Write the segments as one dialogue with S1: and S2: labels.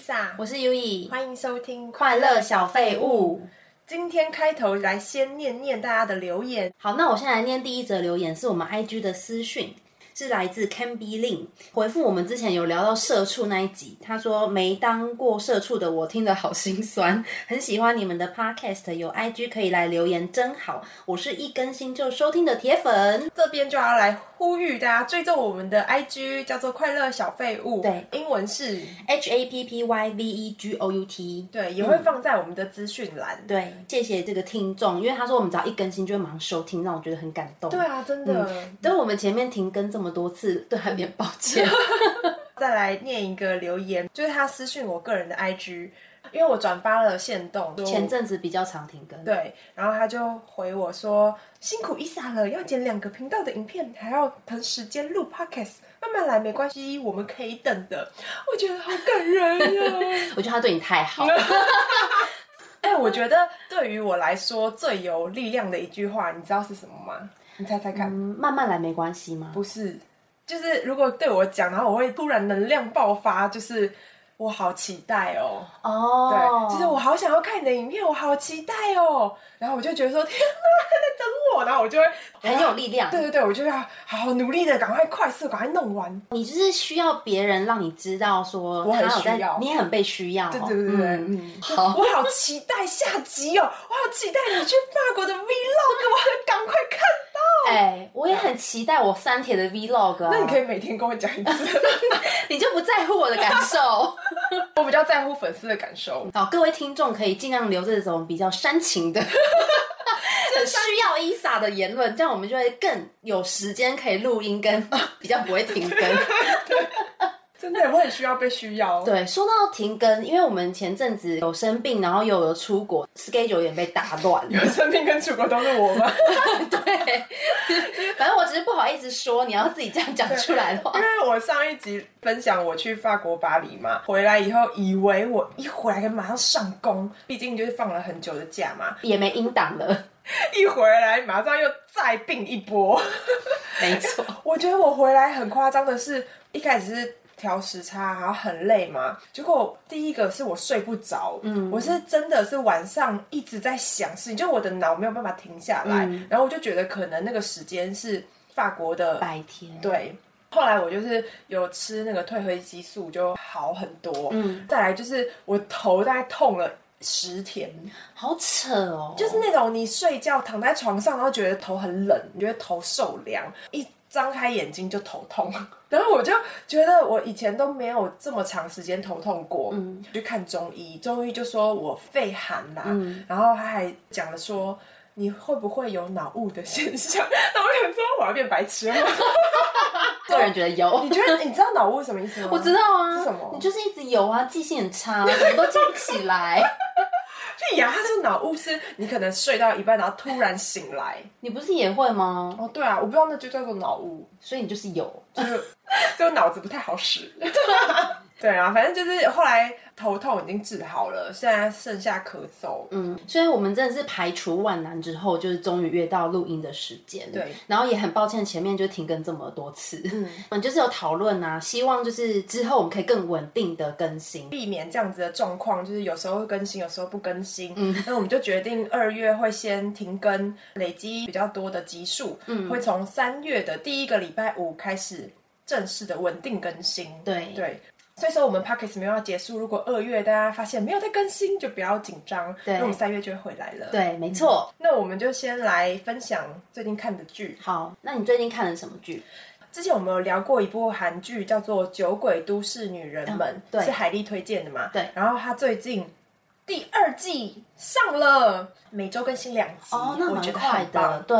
S1: 萨，
S2: 我是 U E，
S1: 欢迎收听《
S2: 快乐小废物。
S1: 今天开头来先念念大家的留言，
S2: 好，那我先来念第一则留言，是我们 IG 的私讯，是来自 Can Be Lin 回复我们之前有聊到社畜那一集，他说没当过社畜的我听得好心酸， 很喜欢你们的 Podcast，有 IG 可以来留言真好，我是一更新就收听的铁粉。
S1: 这边就要来呼吁大家追踪我们的 IG，叫做“快乐小废物”，
S2: 对，
S1: 英文是，
S2: H A P P Y V E G O U T。
S1: 对，也会放在我们的资讯栏。
S2: 对，谢谢这个听众，因为他说我们只要一更新就会马上收听，让我觉得很感动。
S1: 对，啊，真的。
S2: 但我们前面停更这么多次，对他有点抱歉。
S1: 再来念一个留言，就是他私讯我个人的 IG，因为我转发了线动，
S2: 前阵子比较常停更，
S1: 哦对，然后他就回我说：“辛苦伊莎了，要剪两个频道的影片，还要腾时间录 podcast，慢慢来没关系，我们可以等的。”我觉得好感人 呀、
S2: 我觉得他对你太好。
S1: 哎、我觉得对于我来说最有力量的一句话，你知道是什么吗？你猜猜看？
S2: 嗯，慢慢来没关系吗？
S1: 不是，就是如果对我讲，然后我会突然能量爆发，就是我好期待哦。
S2: 哦
S1: 对，就是我好想要看你的影片，我好期待哦。然后我就觉得说，天哪，他在等我，然后我就会
S2: 很有力量。
S1: 对对对，我就要好好努力的，赶快快速，赶快弄完。
S2: 你就是需要别人让你知道说
S1: 我很
S2: 他有在
S1: 需要
S2: 你也很被需要。
S1: 对对对对，
S2: 嗯
S1: 嗯，
S2: 好
S1: 我好期待下集哦，我好期待你去法国的 vlog，我赶快看到。
S2: 哎，我也很期待我三铁的 Vlog 啊。
S1: 那你可以每天跟我讲一次，
S2: 你就不在乎我的感受。
S1: 我比较在乎粉丝的感受。
S2: 好，各位听众可以尽量留这种比较煽 情的。很需要伊莎的言论，这样我们就会更有时间可以录音跟， 比较不会停更。
S1: 真的，我很需要被需 要。
S2: 对，说到停更，因为我们前阵子有生病，然后又有出国，schedule 有点被打乱了。
S1: 有生病跟出国都是我 吗？
S2: 对，反正我只是不好意思说，你要自己这样讲出来的话
S1: 因，为我上一集分享我去法国巴黎嘛，回来以后以为我一回来就马上上工，毕竟就是放了很久的假嘛，
S2: 也没音档了。
S1: 一回来马上又再病一波。
S2: 没 错，
S1: 我觉得我回来很夸张的是，一开始是调时差，然后很累嘛。结果第一个是我睡不着，嗯，我是真的是晚上一直在想事情，就我的脑没有办法停下来，
S2: 嗯
S1: 然后我就觉得可能那个时间是法国的
S2: 白天。
S1: 对，后来我就是有吃那个褪黑激素，就好很多。
S2: 嗯，
S1: 再来就是我头大概痛了十天，
S2: 好扯哦，
S1: 就是那种你睡觉躺在床上，然后觉得头很冷，你觉得头受凉，一张开眼睛就头痛。 然后我就觉得我以前都没有这么长时间头痛过，嗯，去看中医，中医就说我肺寒啦，
S2: 嗯
S1: 然后他还讲了说。你会不会有脑雾的现象？ 那我想说，我要变白痴 了吗？
S2: 个人觉得有
S1: 你。觉得你知道脑雾是什么意思吗？
S2: 我知道啊，
S1: 啊是什么
S2: 你就是一直有啊，记性很差，什么都记不起来。
S1: 屁呀、他说脑雾是你可能睡到一半，然后突然醒来。
S2: 你不是也会吗？
S1: 哦，对啊，我不知道那就叫做脑雾，
S2: 所以你就是有，
S1: 就是就脑子不太好使。 对啊，反正就是后来头痛已经治好了，现在剩下咳嗽。
S2: 嗯，所以我们真的是排除万难之后，就是终于约到录音的时间。
S1: 对，
S2: 然后也很抱歉前面就停更这么多次，嗯
S1: 嗯，
S2: 我们就是有讨论啊，希望就是之后我们可以更稳定的更新。
S1: 避免这样子的状况，就是有时候会更新，有时候不更新。嗯，那我们就决定二月会先停更，累积比较多的集数，嗯，会从三月的第一个礼拜五开始正式的稳定更新。
S2: 对
S1: 对。所以说我们 p o c k e t 没有要结束，如果二月大家发现没有在更新，就不要紧张，
S2: 对
S1: 因为我们三月就会回来了。，
S2: 对，没错。
S1: 那我们就先来分享最近看的剧。
S2: 好，那你最近看了什么剧？
S1: 之前我们有聊过一部韩剧，叫做《酒鬼都市女人们》，
S2: 嗯对
S1: 是海莉推荐的嘛？
S2: 对
S1: 然后她最近第二季上了，每周更新两集，
S2: 哦那蛮
S1: 我觉得
S2: 快
S1: 很
S2: 的
S1: 棒。
S2: 对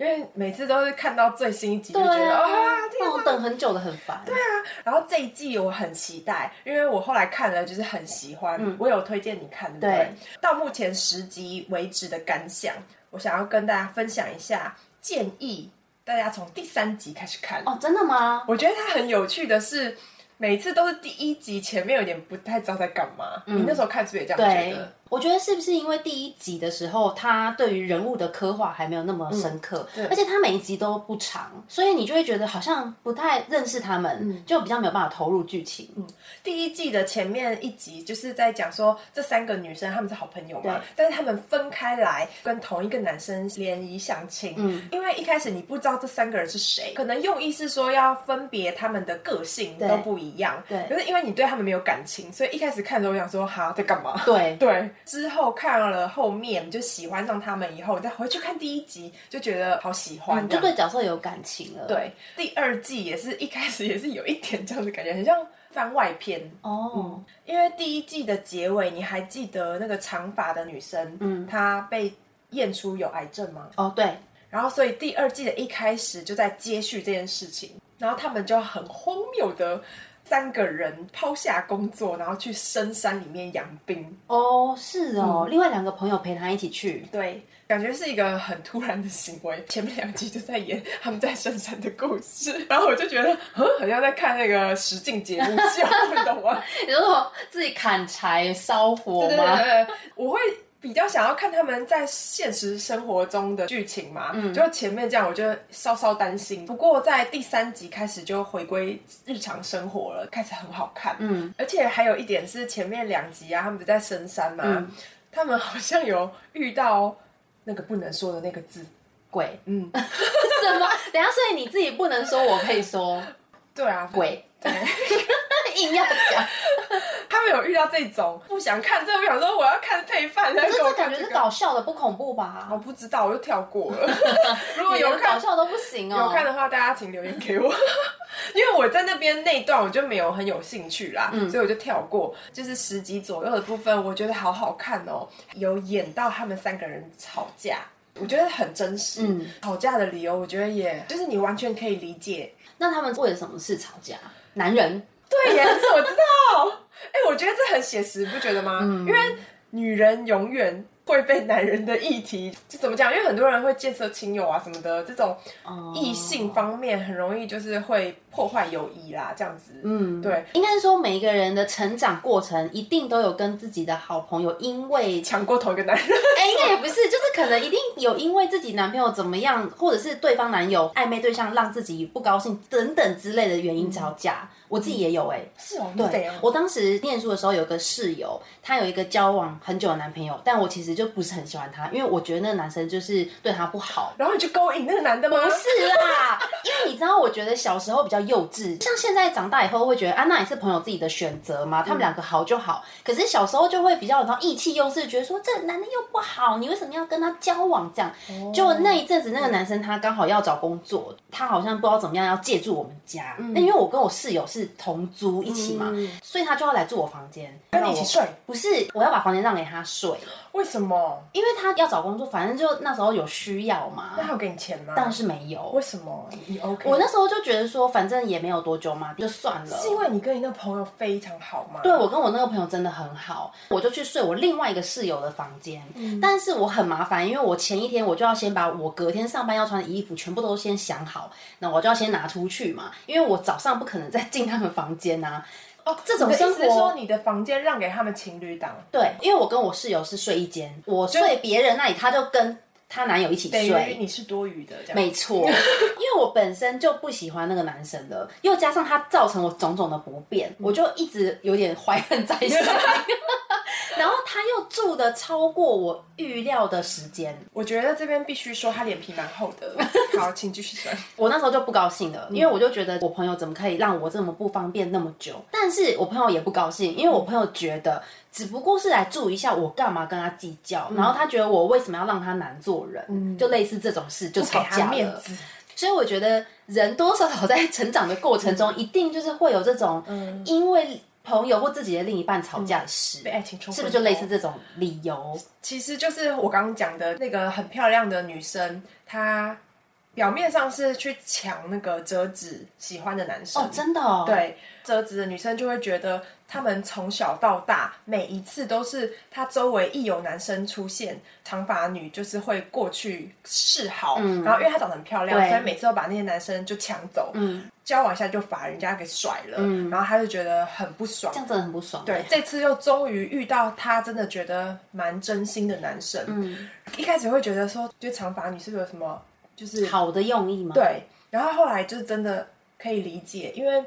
S1: 因为每次都是看到最新一集就觉得啊、天
S2: 那
S1: 啊
S2: 哦我等很久的很烦。对啊，
S1: 然后这一季我很期待，因为我后来看了就是很喜欢，我有推荐你看，对不对？
S2: 嗯对
S1: 到目前十集为止的感想，我想要跟大家分享一下，建议大家从第三集开始看。
S2: 哦，真的吗？
S1: 我觉得它很有趣的是，每次都是第一集前面有点不太知道在干嘛。你那时候看是不是也这样觉
S2: 嗯对
S1: 得？，
S2: 我觉得是不是因为第一集的时候，他对于人物的刻画还没有那么深刻，
S1: 对
S2: 而且他每一集都不长，所以你就会觉得好像不太认识他们，就比较没有办法投入剧情。
S1: 第一季的前面一集就是在讲说这三个女生她们是好朋友嘛
S2: 对，
S1: 但是她们分开来跟同一个男生联谊相亲，
S2: 嗯
S1: 因为一开始你不知道这三个人是谁，可能用意是说要分别他们的个性
S2: 对
S1: 都不一样，
S2: 对
S1: 可是因为你对他们没有感情，所以一开始看的时候我想说哈在干嘛？
S2: 对，
S1: 对，之后看了后面就喜欢上他们以后，你再回去看第一集就觉得好喜欢
S2: 嗯，
S1: 这样，
S2: 就对角色有感情了。，
S1: 对，第二季也是一开始也是有一点这样的感觉，很像番外篇。
S2: 哦，
S1: 因为第一季的结尾，你还记得那个长发的女生，
S2: 嗯
S1: 她被验出有癌症吗？
S2: 哦，对，
S1: 然后，所以第二季的一开始就在接续这件事情，然后他们就很荒谬的三个人抛下工作，然后去深山里面养兵。
S2: 哦，是哦，另外两个朋友陪他一起去。
S1: 对，感觉是一个很突然的行为。前面两集就在演他们在深山的故事， 然后我就觉得，嗯，好像在看那个实境节目秀，你懂吗？
S2: 你说自己砍柴烧火吗？
S1: 对对对对，我会比较想要看他们在现实生活中的剧情嘛。嗯，就前面这样，我就稍稍担心。不过在第三集开始就回归日常生活了，开始很好看。
S2: 嗯，
S1: 而且还有一点是前面两集啊，他们不是在深山嘛，
S2: 嗯
S1: 他们好像有遇到那个不能说的那个字。
S2: 鬼
S1: 嗯，
S2: 什么？等一下，所以你自己不能说，我可以说
S1: 对啊，
S2: 鬼，
S1: 对。
S2: 硬要讲。
S1: 他们有遇到这种不想看这个，我想说我要看配饭，然后
S2: 可
S1: 哎
S2: 是
S1: 给我
S2: 这
S1: 看
S2: 感
S1: 这
S2: 觉是
S1: 个。
S2: 搞笑的，不恐怖
S1: 我
S2: 吧？
S1: 不知道，我就跳过 了。如果
S2: 你
S1: 有
S2: 连搞
S1: 看
S2: 笑都不行哦。
S1: 有看的话，大家请留言给我，因为我在那边那一段我就没有很有兴趣啦，
S2: 嗯
S1: 所以我就跳过，就是十集左右的部分，我觉得好好看哦，有演到他们三个人吵架。我觉得很真实，
S2: 嗯
S1: 吵架的理由，我觉得也就是你完全可以理解。
S2: 那他们为了什么事吵架？男人
S1: 对耶，这我知 道。哎、我觉得这很写实，不觉得吗？
S2: 嗯
S1: 因为女人永远会被男人的议题，就怎么讲？因为很多人会见色亲友啊什么的，这种
S2: 哦
S1: 异性方面很容易就是会破坏友谊啦，这样子。
S2: 嗯，
S1: 对，
S2: 应该是说每一个人的成长过程一定都有跟自己的好朋友，因为
S1: 抢过同一个男人，
S2: 哎、应该也不是，就是可能一定有因为自己男朋友怎么样，或者是对方男友暧昧对象让自己不高兴等等之类的原因吵架。我自己也有哎、
S1: 是哦，你怎
S2: 对
S1: 样，？
S2: 我当时念书的时候有个室友，她有一个交往很久的男朋友，但我其实就不是很喜欢他，因为我觉得那个男生就是对她不好。
S1: 然后你去勾引那个男的吗？
S2: 不是啦，因为你知道，我觉得小时候比较幼稚，像现在长大以后会觉得啊，那也是朋友自己的选择
S1: 嗯
S2: 嘛，他们两个好就好。可是小时候就会比较有那种意气用事，觉得说这男的又不好，你为什么要跟他交往这样？
S1: 哦
S2: 就那一阵子，那个男生他刚好要找工作，他好像不知道怎么样要借住我们家。那、因为我跟我室友是同租一起嘛，
S1: 嗯
S2: 所以他就要来住我房间，
S1: 跟你一起睡？
S2: 不是，我要把房间让给他睡，
S1: 为什么？
S2: 因为他要找工作，反正就那时候有需要嘛
S1: 那。他有给你钱吗？
S2: 当然是没有，
S1: 为什么？你 OK？
S2: 我那时候就觉得说，反正也没有多久嘛，就算了。
S1: 是因为你跟你那个朋友非常好吗？
S2: 对，我跟我那个朋友真的很好，我就去睡我另外一个室友的房间。
S1: 嗯
S2: 但是我很麻烦，因为我前一天我就要先把我隔天上班要穿的衣服全部都先想好，那我就要先拿出去嘛，因为我早上不可能再 进他们房间呐、
S1: 哦，
S2: 这种
S1: 你的意思
S2: 生活
S1: 是说你的房间让给他们情侣档，
S2: 对，因为我跟我室友是睡一间，我睡别人那里，她就跟她男友一起
S1: 等于
S2: 睡。
S1: 你是多余的这样。
S2: 没错，因为我本身就不喜欢那个男生的，又加上他造成我种种的不便，
S1: 嗯
S2: 我就一直有点怀恨 在心。然后他又住的超过我预料的时间，
S1: 我觉得这边必须说他脸皮蛮厚 的。好，请继续说。
S2: 我那时候就不高兴了，
S1: 嗯
S2: 因为我就觉得我朋友怎么可以让我这么不方便那么久？但是我朋友也不高兴，因为我朋友觉得只不过是来住一下，我干嘛跟他计较？
S1: 嗯
S2: 然后他觉得我为什么要让他难做人？就类似这种事就
S1: 给
S2: 吵
S1: 他
S2: 架
S1: 面
S2: 了。
S1: 子，
S2: 所以我觉得人多少少在 成长的过程
S1: 嗯
S2: 中，一定就是会有这种因为朋友或自己的另一半吵架的事，
S1: 嗯被爱情冲昏
S2: 是不是就类似
S1: 头
S2: 这种理由？
S1: 其实就是我刚刚讲的那个很漂亮的女生，她表面上是去抢那个折纸喜欢的男生，
S2: 哦，真的哦，对，
S1: 对折纸的女生就会觉得，她们从小到大每一次都是她周围一有男生出现，长发女就是会过去示好，然后因为她长得很漂亮，
S2: 嗯对
S1: 所以每次都把那些男生就抢走，
S2: 嗯，
S1: 交往一下就把人家给甩了，
S2: 嗯
S1: 然后她就觉得很不爽
S2: 这。样真的很不爽。欸
S1: 对，，这次又终于遇到她真的觉得蛮真心的男生，
S2: 嗯，
S1: 一开始会觉得说，就长发女是不是有什么就是
S2: 好的用意吗？，
S1: 对，然后后来就真的可以理解，因为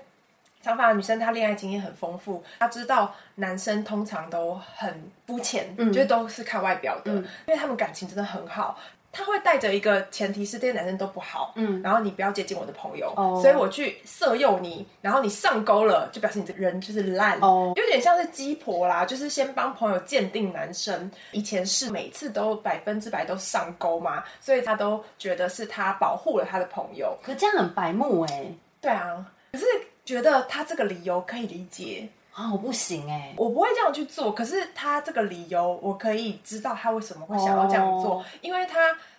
S1: 长发的女生她恋爱经验很丰富，她知道男生通常都很肤浅，
S2: 嗯
S1: 就是都是看外表的，
S2: 嗯
S1: 因为他们感情真的很好。她会带着一个前提是这些男生都不好，
S2: 嗯
S1: 然后你不要接近我的朋友，
S2: 哦
S1: 所以我去色诱你，然后你上钩了，就表示你这个人就是烂，
S2: 哦
S1: 有点像是鸡婆啦，就是先帮朋友鉴定男生。以前是每次都百分之百都上钩嘛，所以他都觉得是他保护了他的朋友。
S2: 可这样很白目哎、
S1: 对啊，可是觉得他这个理由可以理解，
S2: 啊，我不行哎、
S1: 我不会这样去做。可是他这个理由，我可以知道他为什么会想要这样做，
S2: 哦
S1: 因为他。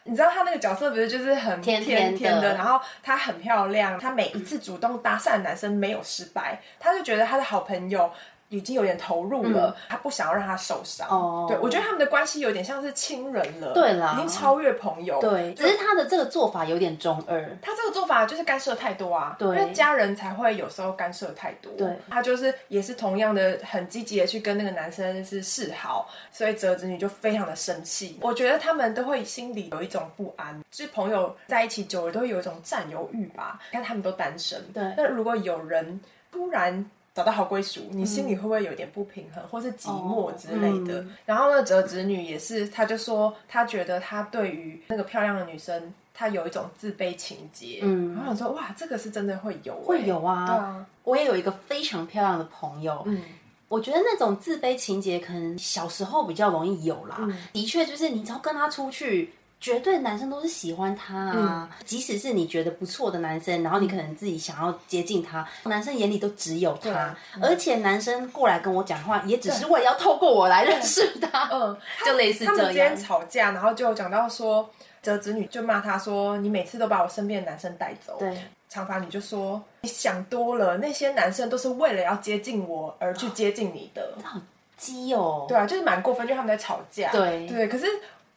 S1: 你知道他那个角色不是就是很
S2: 甜甜
S1: 甜
S2: 的
S1: 的，然后她很漂亮，她每一次主动搭讪的男生没有失败，他就觉得他的好朋友已经有点投入了，他不想要让他受伤。
S2: 嗯哦
S1: 对，我觉得他们的关系有点像是亲人了，
S2: 对啦
S1: 已经超越朋友。
S2: 对，
S1: 就
S2: 只是他的这个做法有点中二。
S1: 他这个做法就是干涉太多啊，
S2: 对
S1: 因为家人才会有时候干涉太多。
S2: 对
S1: 他就是也是同样的很积极的去跟那个男生是示好，所以折子女就非常的生气。我觉得他们都会心里有一种不安，就是朋友在一起久了都会有一种占有欲吧。你看他们都单身，
S2: 对
S1: 那如果有人突然。找到好归属，你心里会不会有点不平衡，或是寂寞之类的？
S2: 嗯哦嗯
S1: 然后呢，折子女也是，她就说她觉得她对于那个漂亮的女生，她有一种自卑情节。
S2: 嗯
S1: 然后我说哇，这个是真的会有、欸，
S2: 会有啊，
S1: 对啊，
S2: 我也有一个非常漂亮的朋友，
S1: 嗯，
S2: 我觉得那种自卑情节可能小时候比较容易有啦。
S1: 嗯
S2: 的确，就是你只要跟他出去。绝对男生都是喜欢他
S1: 嗯
S2: 啊，即使是你觉得不错的男生，然后你可能自己想要接近他，男生眼里都只有
S1: 嗯对啊嗯
S2: 他，而且男生过来跟我讲话，也只是为了要透过我来认识他，
S1: 嗯，
S2: 就类似
S1: 他们
S2: 这
S1: 之间
S2: 样。
S1: 吵架，然后就讲到说，折子女就骂他说，你每次都把我身边的男生带走。
S2: 对，
S1: 长发女就说，你想多了，那些男生都是为了要接近我而去接近你的。
S2: 哦好基友，
S1: 对啊，就是蛮过分，就是他们在吵架。
S2: 对
S1: 对，啊可是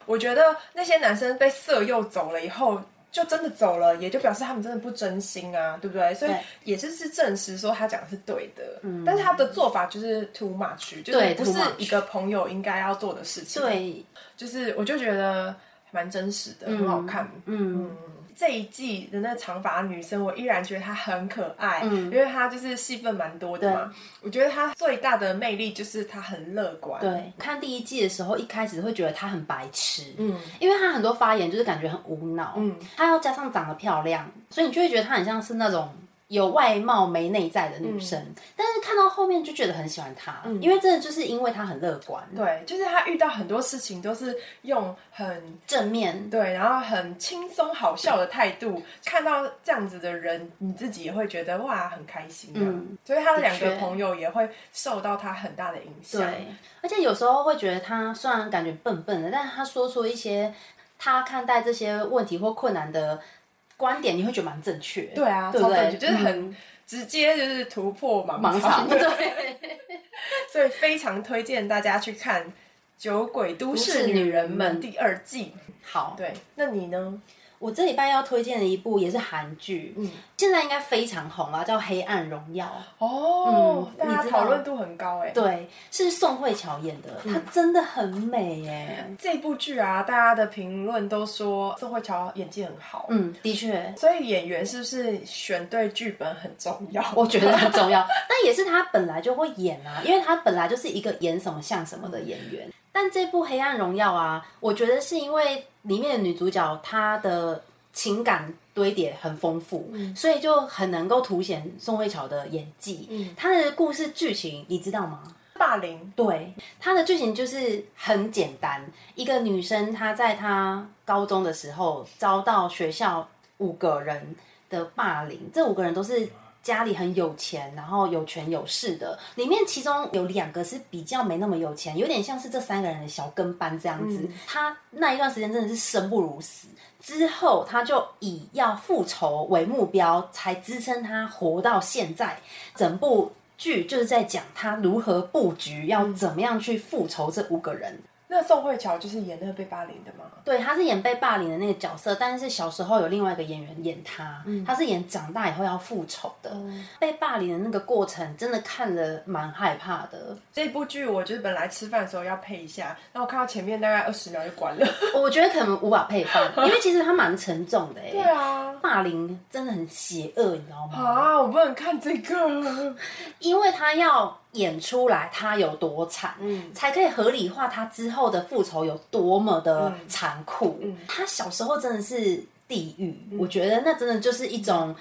S1: 我觉得那些男生被色诱走了以后，就真的走了，也就表示他们真的不真心啊，对不对？所以
S2: 对嗯
S1: 也是是证实说他讲的是对的，但是他的做法就是 too much，就是
S2: 对
S1: 不
S2: too
S1: 是
S2: much
S1: 一个朋友应该要做的事情。，
S2: 对，
S1: 就是我就觉得蛮真实的，很好看。
S2: 嗯，
S1: 这一季的那个长发女生，我依然觉得她很可爱，
S2: 嗯
S1: 因为她就是戏份蛮多的嘛。我觉得她最大的魅力就是她很乐观，
S2: 对，看第一季的时候，一开始会觉得她很白痴，
S1: 嗯
S2: 因为她很多发言就是感觉很无脑，
S1: 嗯
S2: 她要加上长得漂亮，所以你就会觉得她很像是那种有外貌没内在的女生。
S1: 嗯
S2: 但是看到后面就觉得很喜欢她，因为真的就是因为她很乐观、
S1: 对，就是他遇到很多事情都是用很
S2: 正面，
S1: 对，然后很轻松好笑的态度，看到这样子的人，你自己也会觉得哇，很开心、啊。
S2: 嗯
S1: 所以他的
S2: 的
S1: 两
S2: 确
S1: 个朋友也会受到他很大的影响。
S2: 对，而且有时候会觉得她虽然感觉笨笨的，但是她说出一些她看待这些问题或困难的观点，你会觉得蛮正确，
S1: 对啊，
S2: 对不
S1: 超
S2: 对
S1: 正确，
S2: 嗯
S1: 就是很直接，就是突破盲
S2: 盲
S1: 场
S2: 场，
S1: 对，
S2: 对。
S1: 所以非常推荐大家去看《酒鬼都市女人们》第二季。
S2: 好，
S1: 对，那你呢？
S2: 我这礼拜要推荐的一部也是韩剧，
S1: 嗯
S2: 现在应该非常红了，叫《黑暗荣耀》。
S1: 哦
S2: 嗯，
S1: 大
S2: 你
S1: 家
S2: 知道
S1: 讨论度很高哎、
S2: 对，是宋慧乔演的，她真的很美耶。
S1: 这部剧啊，大家的评论都说宋慧乔演技很好，
S2: 嗯，的确，
S1: 所以演员是不是选对剧本很重要？
S2: 我觉得很 重要。但也是她本来就会演啊，因为她本来就是一个演什么像什么的演员。但这部《黑暗荣耀》啊，我觉得是因为里面的女主角她的情感堆叠很丰富，所以就很能够凸显宋慧乔的演技。
S1: 嗯
S2: 她的故事剧情你知道吗？
S1: 霸凌，
S2: 对，它的剧情就是很简单，一个女生她在她高中的时候遭到学校五个人的霸凌，这五个人都是家里很有钱，然后有权有势的，里面其中有两个是比较没那么有钱，有点像是这三个人的小跟班这样子。他那一段时间真的是生不如死，之后他就以要复仇为目标，才支撑他活到现在。整部剧就是在讲他如何布局，
S1: 嗯
S2: 要怎么样去复仇这五个人。
S1: 那宋慧乔就是演那个被霸凌的嘛，
S2: 对，他是演被霸凌的那个角色，但是小时候有另外一个演员演他，
S1: 嗯
S2: 他是演长大以后要复仇的。
S1: 哦
S2: 被霸凌的那个过程真的看了蛮害怕的。
S1: 这部剧我就是本来吃饭的时候要配一下，然后我看到前面大概二十秒就关了。
S2: 我觉得可能无法配饭，因为其实他蛮沉重的、欸。对
S1: 对，啊，
S2: 霸凌真的很邪恶，你知道吗？
S1: 啊，我不能看这个。
S2: 因为他要演出来他有多惨，才可以合理化他之后的复仇有多么的残酷。他小时候真的是地狱，我觉得那真的就是一种。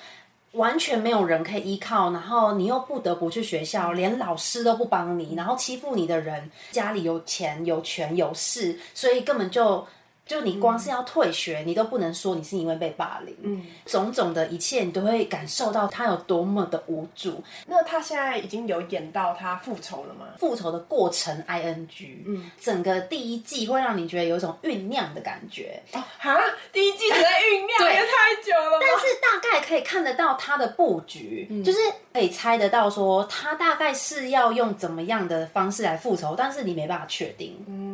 S2: 完全没有人可以依靠，然后你又不得不去学校，连老师都不帮你，然后欺负你的人家里有钱有权有势，所以根本就就你光是要退学，你都不能说你是因为被霸凌，嗯，种种的一切你都会感受到他有多么的无助，
S1: 那他现在已经有演到他复仇了吗？
S2: 复仇的过程 ing，嗯，整个第一季会让你觉得有一种酝酿的感觉，
S1: 哦，哈，第一季只在酝酿，
S2: 对
S1: 也太久了吧。
S2: 但是大概可以看得到它的布局，就是可以猜得到说他大概是要用怎么样的方式来复仇，但是你没办法确定，
S1: 嗯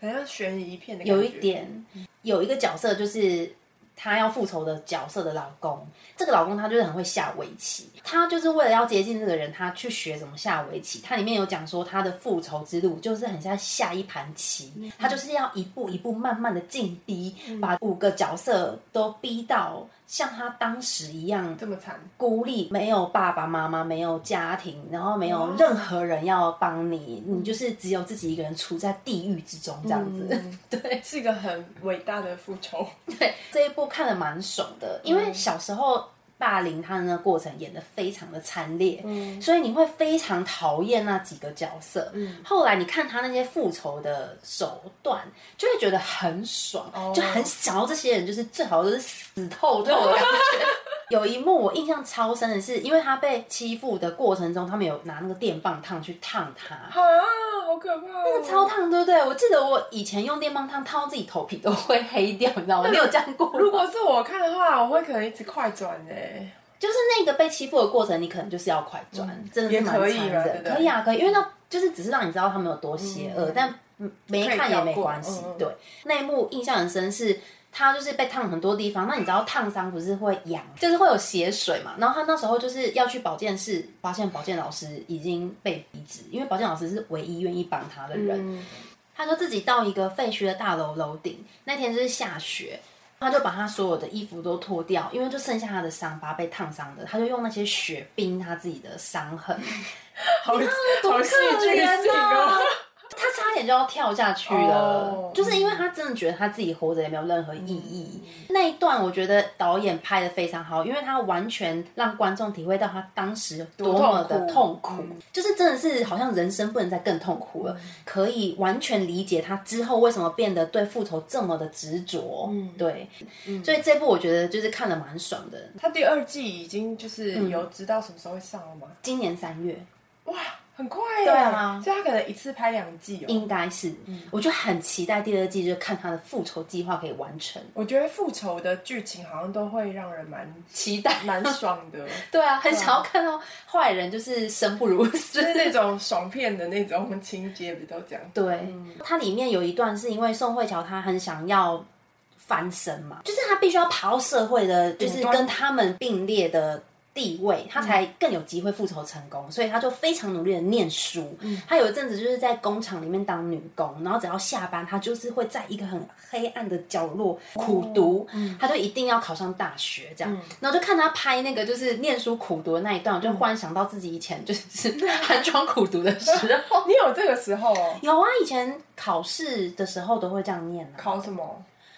S1: 好像悬疑片的感觉
S2: 嗯有一，点，有一个角色就是她要复仇的角色的老公，这个老公他就是很会下围棋，他就是为了要接近这个人，他去学怎么下围棋。他里面有讲说他的复仇之路就是很像下一盘棋，他就是要一步一步慢慢的进逼，
S1: 嗯
S2: 把五个角色都逼到像他当时一样
S1: 这么惨，
S2: 孤立，没有爸爸妈妈，没有家庭，然后没
S1: 哦
S2: 有任何人要帮你，你就是只有自己一个人处在地狱之中这样子。 对
S1: 嗯是一个很伟大的复 仇。
S2: 对，这一部看的蛮爽的，因为小时候。霸凌他的那个过程演的非常的惨烈，所以你会非常讨厌那几个角色。后来你看他那些复仇的手段，就会觉得很爽，
S1: 哦
S2: 就很想要这些人就是最好就是死透透的感觉。有一幕我印象超深的是，因为他被欺负的过程中，他们有拿那个电棒烫去烫他，
S1: 啊，好可怕、哦！那
S2: 超烫，对不对？我记得我以前用电棒烫烫到自己头皮都会黑掉，你知道吗？你有这样过吗？
S1: 如果是我看的话，我会可能一直快转哎、
S2: 就是那个被欺负的过程，你可能就是要快转，真的
S1: 嗯
S2: 是
S1: 也
S2: 蛮
S1: 可以
S2: 残
S1: 啦
S2: 忍
S1: 对不对嗯
S2: 可以啊，可以，因为那就是只是让你知道他们有多邪恶，但没看也没关系。
S1: 可以跳过嗯嗯
S2: 对，那一幕印象很深是。他就是被烫很多地方，那你知道烫伤不是会痒，就是会有血水嘛。然后他那时候就是要去保健室，发现保健老师已经被离职，因为保健老师是唯一愿意帮他的人。
S1: 嗯，
S2: 他说自己到一个废墟的大楼楼顶，那天就是下雪，他就把他所有的衣服都脱掉，因为就剩下他的伤疤被烫伤的，他就用那些雪冰他自己的伤痕，
S1: 好
S2: 多
S1: 好戏
S2: 可
S1: 剧
S2: 怜
S1: 性
S2: 啊
S1: 哦。！
S2: 他差点就要跳下去了
S1: 哦
S2: 就是因为他真的觉得他自己活着也没有任何意义。那一段我觉得导演拍的非常好，因为他完全让观众体会到他当时有多么的
S1: 多
S2: 痛
S1: 痛
S2: 苦
S1: 苦，
S2: 就是真的是好像人生不能再更痛苦了，可以完全理解他之后为什么变得对复仇这么的执着。对，所以这部我觉得就是看的蛮爽的。
S1: 他第二季已经就是有知道什么时候会上了吗？
S2: 今年三月，
S1: 很快耶，
S2: 嗯对啊嗯
S1: 所以他可能一次拍两季哦。
S2: 应该是，我就很期待第二季，就是看他的复仇计划可以完成，
S1: 我觉得复仇的剧情好像都会让人蛮
S2: 期待
S1: 蛮爽 的，
S2: 对啊，很想要看到坏人就是生不如死
S1: 就。是那种爽片的那种情节，不都这 样？
S2: 对，它里面有一段是因为宋慧乔她很想要翻身嘛，就是她必须要爬到社会的，就是
S1: 顶端嗯
S2: 跟他们并列的。地位，她才更有机会复仇成功，所以她就非常努力的念书。
S1: 嗯
S2: 她有一阵子就是在工厂里面当女工，然后只要下班，她就是会在一个很黑暗的角落苦读，
S1: 哦嗯
S2: 她就一定要考上大学这样。然后就看她拍那个就是念书苦读的那一段，我
S1: 嗯
S2: 就忽然想到自己以前就是 寒窗苦读的时候，
S1: 你有这个时候哦？
S2: 有啊，以前考试的时候都会这样念啊。
S1: 考什么？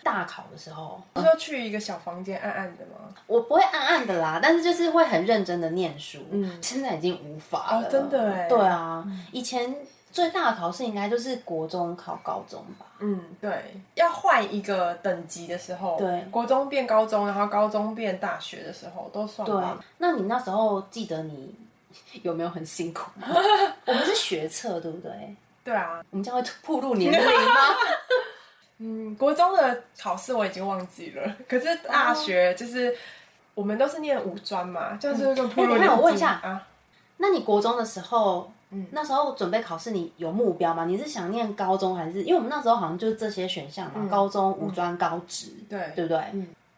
S2: 大考的时候，
S1: 不是要去一个小房间暗暗的吗？
S2: 我不会暗暗的啦，但是就是会很认真的念书。嗯，现在已经无法了。
S1: 哦真的欸
S2: 对啊，以前最大的考试应该就是国中考高中吧？
S1: 嗯，对，要换一个等级的时候，
S2: 对
S1: 国中变高中，然后高中变大学的时候都算
S2: 对啊
S1: 吧。，
S2: 那你那时候记得你有没有很辛苦 吗？我们是学测，对不对？
S1: 对啊，
S2: 我们这样会暴露年龄吗？
S1: 嗯，国中的考试我已经忘记了， 可是大
S2: 哦
S1: 学就是、我们都是念五专嘛，就是跟普
S2: 哎
S1: 罗
S2: 等一下我问一下
S1: 啊，
S2: 那你国中的时候，
S1: 嗯
S2: 那时候准备考试，你有目标吗？你是想念高中还是？因为我们那时候好像就是这些选项嘛，
S1: 嗯
S2: 高中、五专、高职，
S1: 对
S2: 对不对？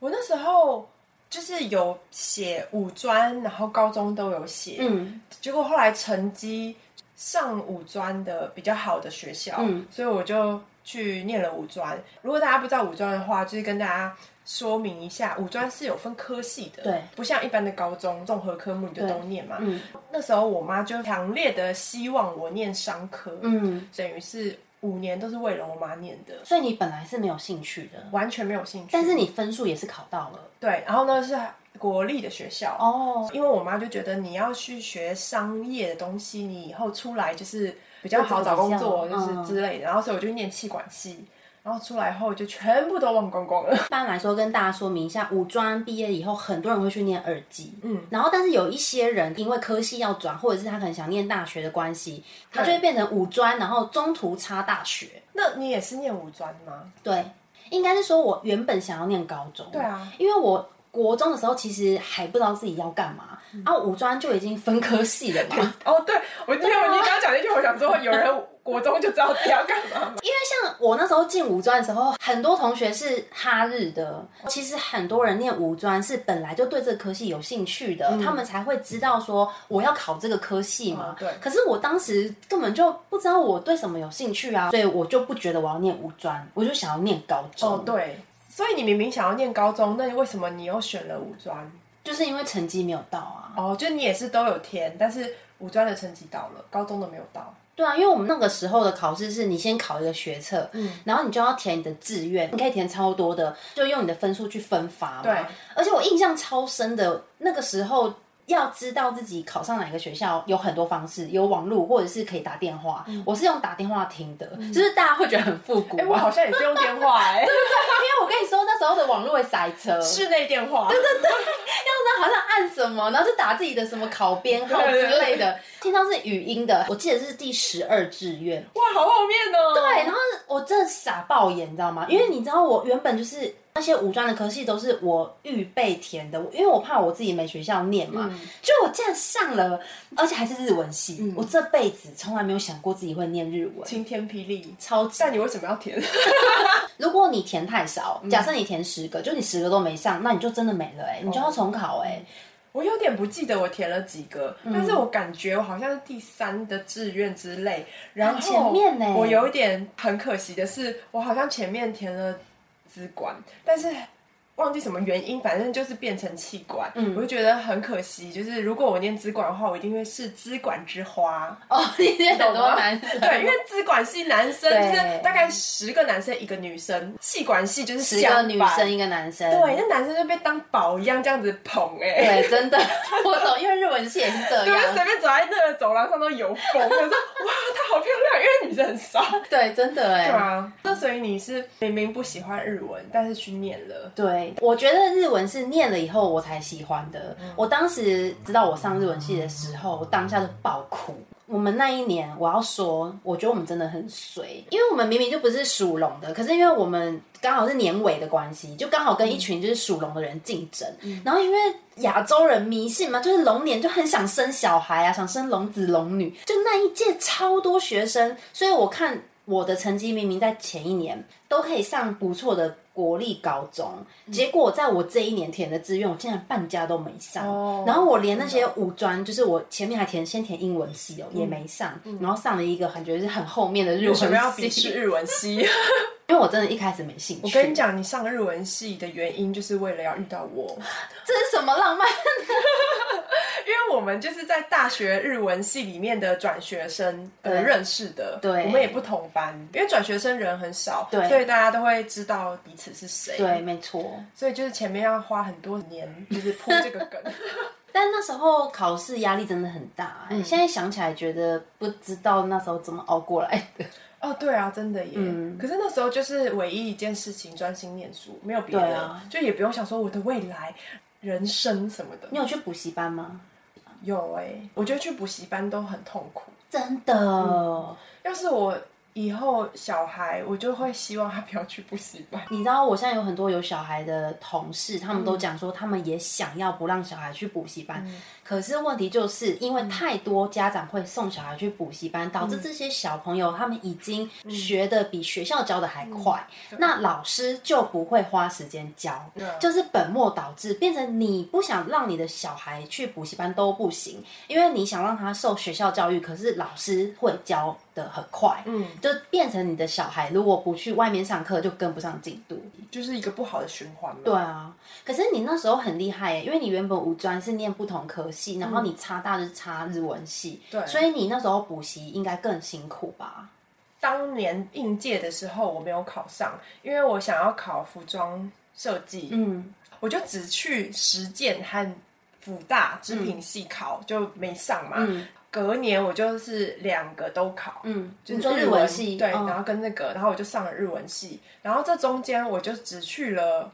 S1: 我那时候就是有写五专，然后高中都有写，
S2: 嗯，
S1: 结果后来成绩上五专的比较好的学校，
S2: 嗯
S1: 所以我就去念了五专。如果大家不知道五专的话，就是跟大家说明一下，五专是有分科系的，
S2: 对，
S1: 不像一般的高中综合科目你就都念嘛。
S2: 嗯
S1: 那时候我妈就强烈的希望我念商科，
S2: 嗯，
S1: 等于是五年都是为了我妈念的，
S2: 所以你本来是没有兴趣的，
S1: 完全没有兴趣。
S2: 但是你分数也是考到了
S1: 对，然后呢是国立的学校，
S2: 哦，
S1: 因为我妈就觉得你要去学商业的东西，你以后出来就是比较好找工作，
S2: 嗯
S1: 就是之类的。然后所以我就念气管系，然后出来后就全部都忘光光了。
S2: 一般来说，跟大家说明一下，五专毕业以后，很多人会去念二技，
S1: 嗯，
S2: 然后但是有一些人因为科系要转，或者是他可能想念大学的关系，他
S1: 对
S2: 就会变成五专，然后中途插大学。
S1: 那你也是念五专吗？
S2: 对，应该是说我原本想要念高中，对
S1: 对，啊，
S2: 因为我国中的时候其实还不知道自己要干嘛，
S1: 嗯
S2: 然后五专就已经分科系了嘛，
S1: 哦，对，我记得你刚刚讲那句，我想说有人国中就知道自己要干嘛吗？
S2: 因为像我那时候进五专的时候，很多同学是哈日的，
S1: 哦
S2: 其实很多人念五专是本来就对这个科系有兴趣的，他们才会知道说我要考这个科系嘛。
S1: 嗯对
S2: 可是我当时根本就不知道我对什么有兴趣啊，所以我就不觉得我要念五专，我就想要念高中。
S1: 哦，，对。所以你明明想要念高中，那你为什么你又选了五专？
S2: 就是因为成绩没有到啊。
S1: 哦，就你也是都有填，但是五专的成绩到了，高中的没有到。
S2: 对啊，因为我们那个时候的考试是你先考一个学测，然后你就要填你的志愿，你可以填超多的，就用你的分数去分发嘛。
S1: 对，
S2: 而且我印象超深的，那个时候要知道自己考上哪个学校有很多方式，有网络或者是可以打电话。我是用打电话听的，就是大家会觉得很复古、啊
S1: 哎、我好像也是用电话哎、
S2: 因为我跟你说那时候的网络会塞 车，
S1: 室内电话。
S2: 那好像按什么，然后就打自己的什么考编号之类
S1: 对对
S2: 的，听到是语音的，我记得是第十二志愿。
S1: 哇，好后面哦。
S2: 对，然后我真的傻爆眼，你知道吗？因为你知道我原本就是那些五专的科系都是我预备填的，因为我怕我自己没学校念嘛，
S1: 嗯
S2: 就我竟然上了，而且还是日文系，我这辈子从来没有想过自己会念日文。
S1: 晴天霹雳。
S2: 超级！
S1: 但你为什么要填？
S2: 如果你填太少，
S1: 嗯
S2: 假设你填十个，就你十个都没上，那你就真的没了哎、你就
S1: 哦
S2: 要重考哎、
S1: 我有点不记得我填了几个，
S2: 嗯
S1: 但是我感觉我好像是第三的志愿之类。然后
S2: 很前面呢
S1: 我有一点很可惜的是，我好像前面填了资管，但是。忘记什么原因，反正就是变成气管，
S2: 嗯
S1: 我就觉得很可惜。就是如果我念资管的话，我一定会是资管之花。
S2: 哦，你念很
S1: 懂
S2: 多
S1: 吗
S2: 男生，
S1: 对，因为资管系男生
S2: 对
S1: 就是大概十个男生一个女生，气管系就是
S2: 十
S1: 相
S2: 个
S1: 反
S2: 女生一个男生，
S1: 对，那男生就被当宝一样这样子捧哎、欸，
S2: 对，真的， 我懂，因为日文系也是这
S1: 对，啊就
S2: 样
S1: 随，便走在那个走廊上都有风，我说哇，她好漂亮，因为女生很少。
S2: 对，真的哎、
S1: 对啊，那所以你是明明不喜欢日文，但是去念了，
S2: 对，我觉得日文是念了以后我才喜欢的。我当时知道我上日文系的时候，我当下就爆哭。我们那一年，我要说，我觉得我们真的很水，因为我们明明就不是属龙的，可是因为我们刚好是年尾的关系，就刚好跟一群就是属龙的人竞争。然后因为亚洲人迷信嘛，就是龙年就很想生小孩啊，想生龙子龙女，就那一届超多学生，所以我看我的成绩明明在前一年都可以上不错的国立高中，
S1: 嗯
S2: 结果在我这一年填的志愿，我竟然半家都没上。
S1: 哦
S2: 然后我连那些五专，就是我前面还填先填英文系哦，也没上，然后上了一个感觉是很后面的日
S1: 嗯为什么要
S2: 文
S1: 鄙视
S2: 系，
S1: 日文系？
S2: 因为我真的一开始没兴趣。
S1: 我跟你，讲，你上日文系的原因就是为了要遇到我，
S2: 这是什么浪漫？
S1: 因为我们就是在大学日文系里面的转学生呃
S2: 对
S1: 认识的，
S2: 对
S1: 我们也不同班，因为转学生人很少，
S2: 对
S1: 所以大家都会知道彼此是谁，
S2: 对，没错。
S1: 所以就是前面要花很多年，就是铺这个梗。
S2: 但那时候考试压力真的很大、欸现在想起来觉得不知道那时候怎么熬过来的。
S1: 哦，对啊，真的耶。可是那时候就是唯一一件事情，专心念书，没有别
S2: 对
S1: 的，
S2: 啊
S1: 就也不用想说我的未来、人生什么的。
S2: 你有去补习班吗？
S1: 有哎、我觉得去补习班都很痛苦。
S2: 真的，嗯
S1: 要是我以后小孩，我就会希望他不要去补习班。
S2: 你知道我现在有很多有小孩的同事，他们都讲说他们也想要不让小孩去补习班，可是问题就是因为太多家长会送小孩去补习班，导致这些小朋友他们已经学的比学校教的还快，那老师就不会花时间教，就是本末倒置，变成你不想让你的小孩去补习班都不行，因为你想让他受学校教育，可是老师会教的很快，嗯，就变成你的小孩如果不去外面上课，就跟不上进度。
S1: 就是一个不好的循环嘛。
S2: 对啊，可是你那时候很厉害耶，因为你原本五专是念不同科系，然
S1: 嗯
S2: 后你插大就是插日文系，对所以你那时候补习应该更辛苦吧？
S1: 当年应届的时候我没有考上，因为我想要考服装设计，
S2: 嗯，
S1: 我就只去实践和辅大织品系考，就没上嘛。隔年我就是两个都考，
S2: 嗯，
S1: 就
S2: 你
S1: 是
S2: 说日
S1: 文
S2: 文系，
S1: 对，
S2: 嗯
S1: 然后跟那个，然后我就上了日文系，然后这中间我就只去了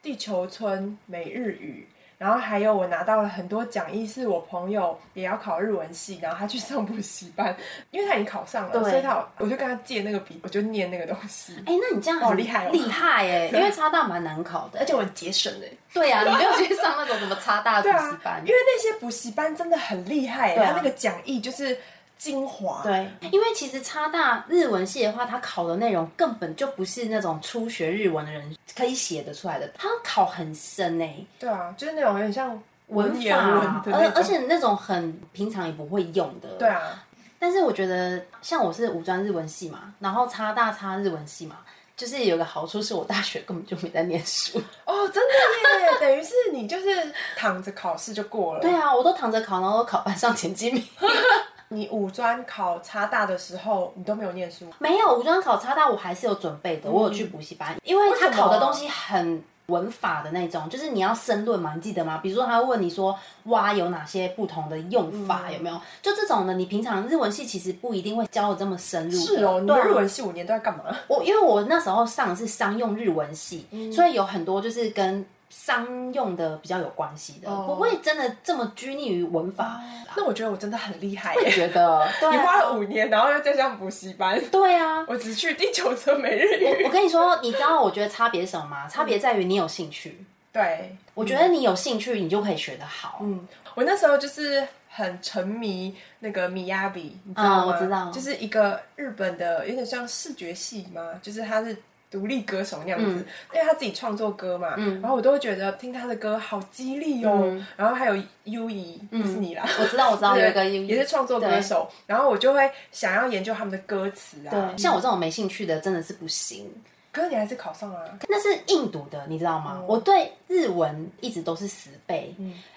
S1: 地球村美日语，然后还有我拿到了很多讲义，是我朋友也要考日文系，然后他去上补习班，因为他已经考上了，
S2: 对
S1: 所以他我就跟他借那个笔，我就念那个东西，
S2: 哎、那你这样
S1: 好
S2: 很
S1: 厉害哦
S2: 厉害哎、因为插大蛮难考的
S1: 而，且我很节省哎、
S2: 对呀、啊，你没有去上那种什么插大 的
S1: 对
S2: 补
S1: 啊
S2: 习班，
S1: 因为那些补习班真的很厉害、欸
S2: 对
S1: 他
S2: 啊
S1: 那个讲义就是精华，
S2: 对，因为其实差大日文系的话，他考的内容根本就不是那种初学日文的人可以写得出来的，他考很深呢、欸
S1: 对啊，就是那种有点像
S2: 文
S1: 言文
S2: 法，
S1: 的
S2: 而
S1: 那
S2: 而
S1: 种，
S2: 且那种很平常也不会用的。
S1: 对。啊，
S2: 但是我觉得，像我是五专日文系嘛，然后差大差日文系嘛，就是有个好处是我大学根本就没在念书。
S1: 哦，真的耶， 等于是你就是躺着考试就过了。
S2: 对啊，我都躺着考，然后都考班上前几名。
S1: 你五专考差大的时候，你都没有念书，
S2: 没有，五专考差大我还是有准备
S1: 嗯
S2: 的，我有去补习班，因为他考的东西很文法的那种，就是你要申论嘛，你记得吗？比如说他会问你说“蛙”有哪些不同的用法，有
S1: 嗯
S2: 没有？就这种的，你平常日文系其实不一定会教的这么深入。
S1: 是哦，你
S2: 对
S1: 的
S2: 啊
S1: 日文系五年都在干嘛？
S2: 我因为我那时候上的是商用日文系，
S1: 嗯
S2: 所以有很多就是跟商用的比较有关系的，
S1: 哦
S2: 不会真的这么拘泥于文法。
S1: 那我觉得我真的很厉害
S2: 我也
S1: 耶，
S2: 觉得，对啊
S1: 你花了五年，然后又再上补习班，
S2: 对啊，
S1: 我只去地球村每日语，
S2: 我我跟你说，你知道我觉得差别是什么吗？差别在于你有兴趣。
S1: 对。
S2: 我觉得你有兴趣，你就可以学得好。嗯，
S1: 我那时候就是很沉迷那个米亚比，你知道吗？
S2: 嗯我知道
S1: 就是一个日本的，有点像视觉系嘛，就是他是独立歌手那样
S2: 嗯
S1: 子，因为他自己创作歌嘛。然后我都会觉得听他的歌好激励哦。然后还有优怡，不是 你啦。
S2: 我知道，我知道，嗯有一个
S1: 也是创作歌手，然后我就会想要研究他们的歌词啊
S2: 对，。像我这种没兴趣的，真的是不行。
S1: 可是你还是考上了、啊，
S2: 那是硬读的，你知道吗？我对日文一直都是死背，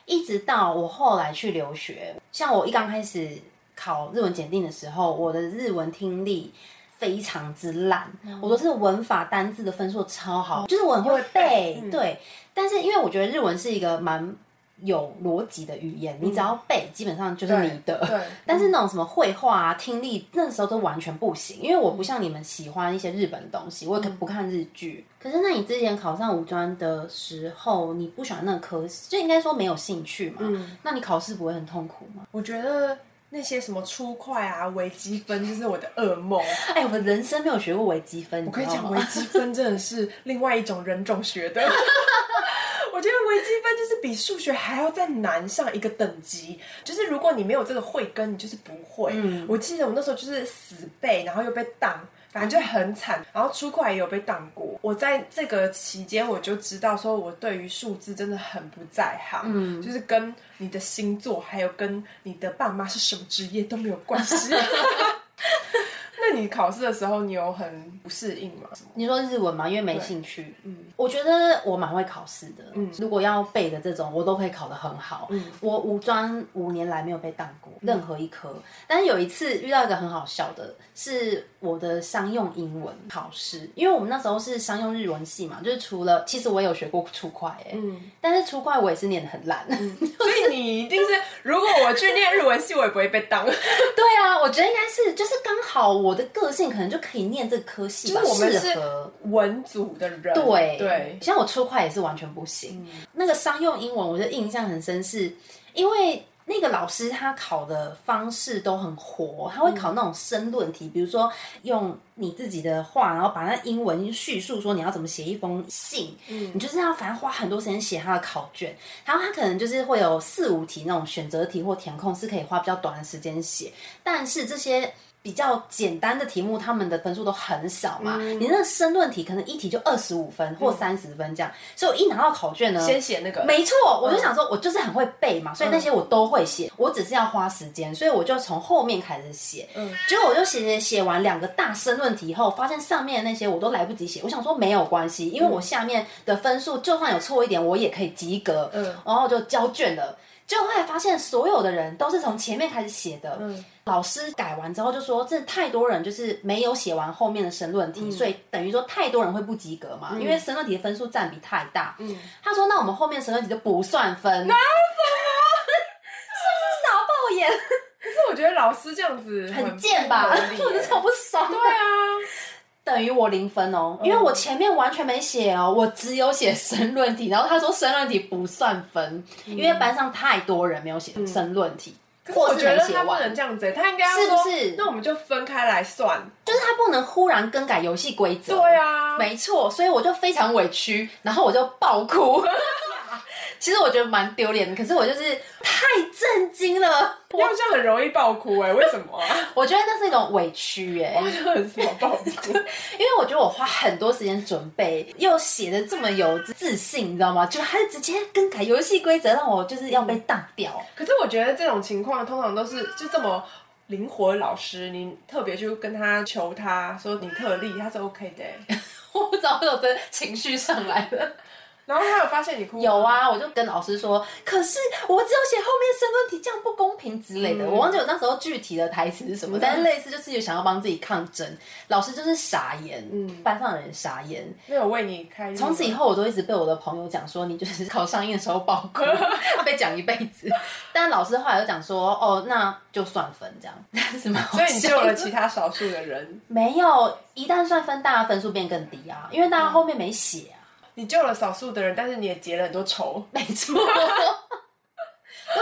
S2: 一直到我后来去留学。像我一刚开始考日文检定的时候，我的日文听力非常之烂，我都是文法单字的分数超好，就是我很会背，对。但是因为我觉得日文是一个蛮有逻辑的语言，你只要背，基本上就是你的。
S1: 对，
S2: 但是那种什么绘画啊、听力，那时候都完全不行，因为我不像你们喜欢一些日本东西，我也不看日剧。嗯可是，那你之前考上五专的时候，你不喜欢那个科，就应该说没有兴趣嘛？那你考试不会很痛苦吗？
S1: 我觉得那些什么初快啊、微积分就是我的噩梦。
S2: 哎，我人生没有学过微积分，我
S1: 我跟你讲，微积分真的是另外一种人种学的。我觉得微积分就是比数学还要再难上一个等级，就是如果你没有这个慧根，你就是不会。我记得我那时候就是死背，然后又被当，反正就很惨。然后出库也有被当过。我在这个期间，我就知道说我对于数字真的很不在行，就是跟你的星座还有跟你的爸妈是什么职业都没有关系。那你考试的时候，你有很不适应吗？什么
S2: 你说日文嘛，因为没兴趣。嗯，我觉得我蛮会考试的。嗯，如果要背的这种，我都可以考得很好。嗯，我五专五年来没有被当过
S1: 嗯
S2: 任何一科，但是有一次遇到一个很好笑的，是我的商用英文考试，因为我们那时候是商用日文系嘛，就是除了其实我也有学过初快、哎，嗯，但是初快我也是念得很烂。
S1: 所以你一定是，如果我去念日文系，我也不会被 当。
S2: 对啊，我觉得应该是就是刚好我的个性可能就可以念这科系吧，
S1: 就是我们
S2: 适
S1: 是
S2: 合。
S1: 文组的人，
S2: 对
S1: 对，嗯
S2: 像我初快也是完全不行。那个商用英文，我就印象很深是，因为那个老师他考的方式都很活，他会考那种申论题，比如说用你自己的话，然后把那英文叙述说你要怎么写一封信，你就是要反正花很多时间写他的考卷，然后他可能就是会有四五题那种选择题或填空是可以花比较短的时间写，但是这些。比较简单的题目，他们的分数都很少嘛。你那申论题可能一题就二十五分或三十分这样，所以我一拿到考卷呢，
S1: 先写那个，
S2: 没错，我就想说，我就是很会背嘛，所以那些我都会写，我只是要花时间，所以我就从后面开始写。
S1: 嗯
S2: 结果我就写写写完两个大申论题后，发现上面的那些我都来不及写。我想说没有关系，因为我下面的分数就算有错一点，我也可以及格。然后就交卷了。结果后来发现，所有的人都是从前面开始写的。老师改完之后就说，这太多人就是没有写完后面的申论题，所以等于说太多人会不及格嘛，因为申论题的分数占比太大。他说：“那我们后面申论题就不算分。”拿什么？ 是不是傻爆
S1: 可是我觉得老师这样子
S2: 眼？很贱吧？
S1: 不合理耶
S2: 我就超不爽。
S1: 对啊，
S2: 等于我零分哦，
S1: 嗯
S2: 因为我前面完全没写哦，我只有写申论题，然后他说申论题不算分，因为班上太多人没有写申论题，
S1: 嗯可是
S2: 或
S1: 我觉
S2: 没
S1: 得
S2: 写
S1: 他不
S2: 完
S1: 能。这样子欸，他应该要
S2: 是不
S1: 说
S2: 是
S1: 那我们就分开来算。
S2: 就是他不能忽然更改游戏规则。
S1: 对啊，
S2: 没错，所以我就非常委屈，然后我就爆哭。 其实我觉得蛮丢脸的，可是我就是太震惊了，
S1: 要这样很容易爆哭哎，为什么 啊？
S2: 我觉得那是一种委屈哎、
S1: 我就很什么爆 哭？
S2: 因为我觉得我花很多时间准备，又写的这么有自信，你知道吗？就他直接更改游戏规则，让我就是要被当掉。
S1: 可是我觉得这种情况通常都是就这么灵活的老师，你特别去跟他求他说你特例，他是 OK 的欸。
S2: 我不知道为什么真的情绪上来了。
S1: 然后他有发现你哭吗，
S2: 有啊，我就跟老师说，可是我只有写后面申论题，这样不公平之类的。我忘记我那时候具体的台词是什么，但是类似就是有想要帮自己抗争。老师就是傻眼，嗯，班上的人傻眼。
S1: 没有为你开路吗？
S2: 从此以后，我都一直被我的朋友讲说，你就是 考上映的时候爆 哭，被讲一辈子。但老师后来就讲说，哦，那就算分这样， 但是蛮好
S1: 所以你救
S2: 笑
S1: 了
S2: 的。
S1: 其他少数的人，
S2: 没有，一旦算分，大家分数变更低啊，因为大家
S1: 嗯
S2: 后面没写啊。
S1: 你救了少数的人，但是你也结了很多
S2: ，
S1: 仇
S2: 没错，我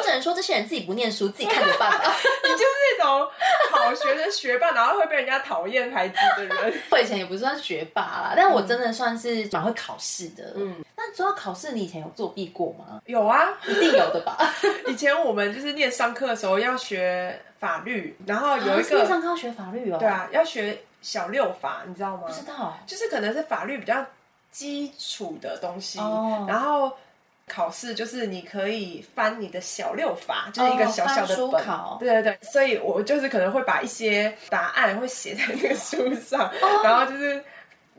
S2: 只能说这些人自己不念书，自己看着办吧。
S1: 你就是那种好学生、学霸，然后会被人家讨厌排挤的人。
S2: 我以前也不算学霸啦，但
S1: 嗯
S2: 我真的算是蛮会考试的。嗯，那说到考试，你以前有作弊过吗？
S1: 有啊，
S2: 一定 有的吧？
S1: 以前我们就是念商科的时候要学法律，然后 有一
S2: 啊是因为
S1: 个、
S2: 上课要学法律哦、
S1: 对，啊，要学小六法，你知道吗
S2: 不？知道。
S1: 就是可能是法律比较基础的东西，
S2: 哦
S1: 然后考试就是你可以翻你的小六法，就是一个
S2: 哦
S1: 小小的
S2: 翻书
S1: 本，
S2: 考
S1: 对对对，所以我就是可能会把一些答案会写在那个书上，
S2: 哦
S1: 然后就是。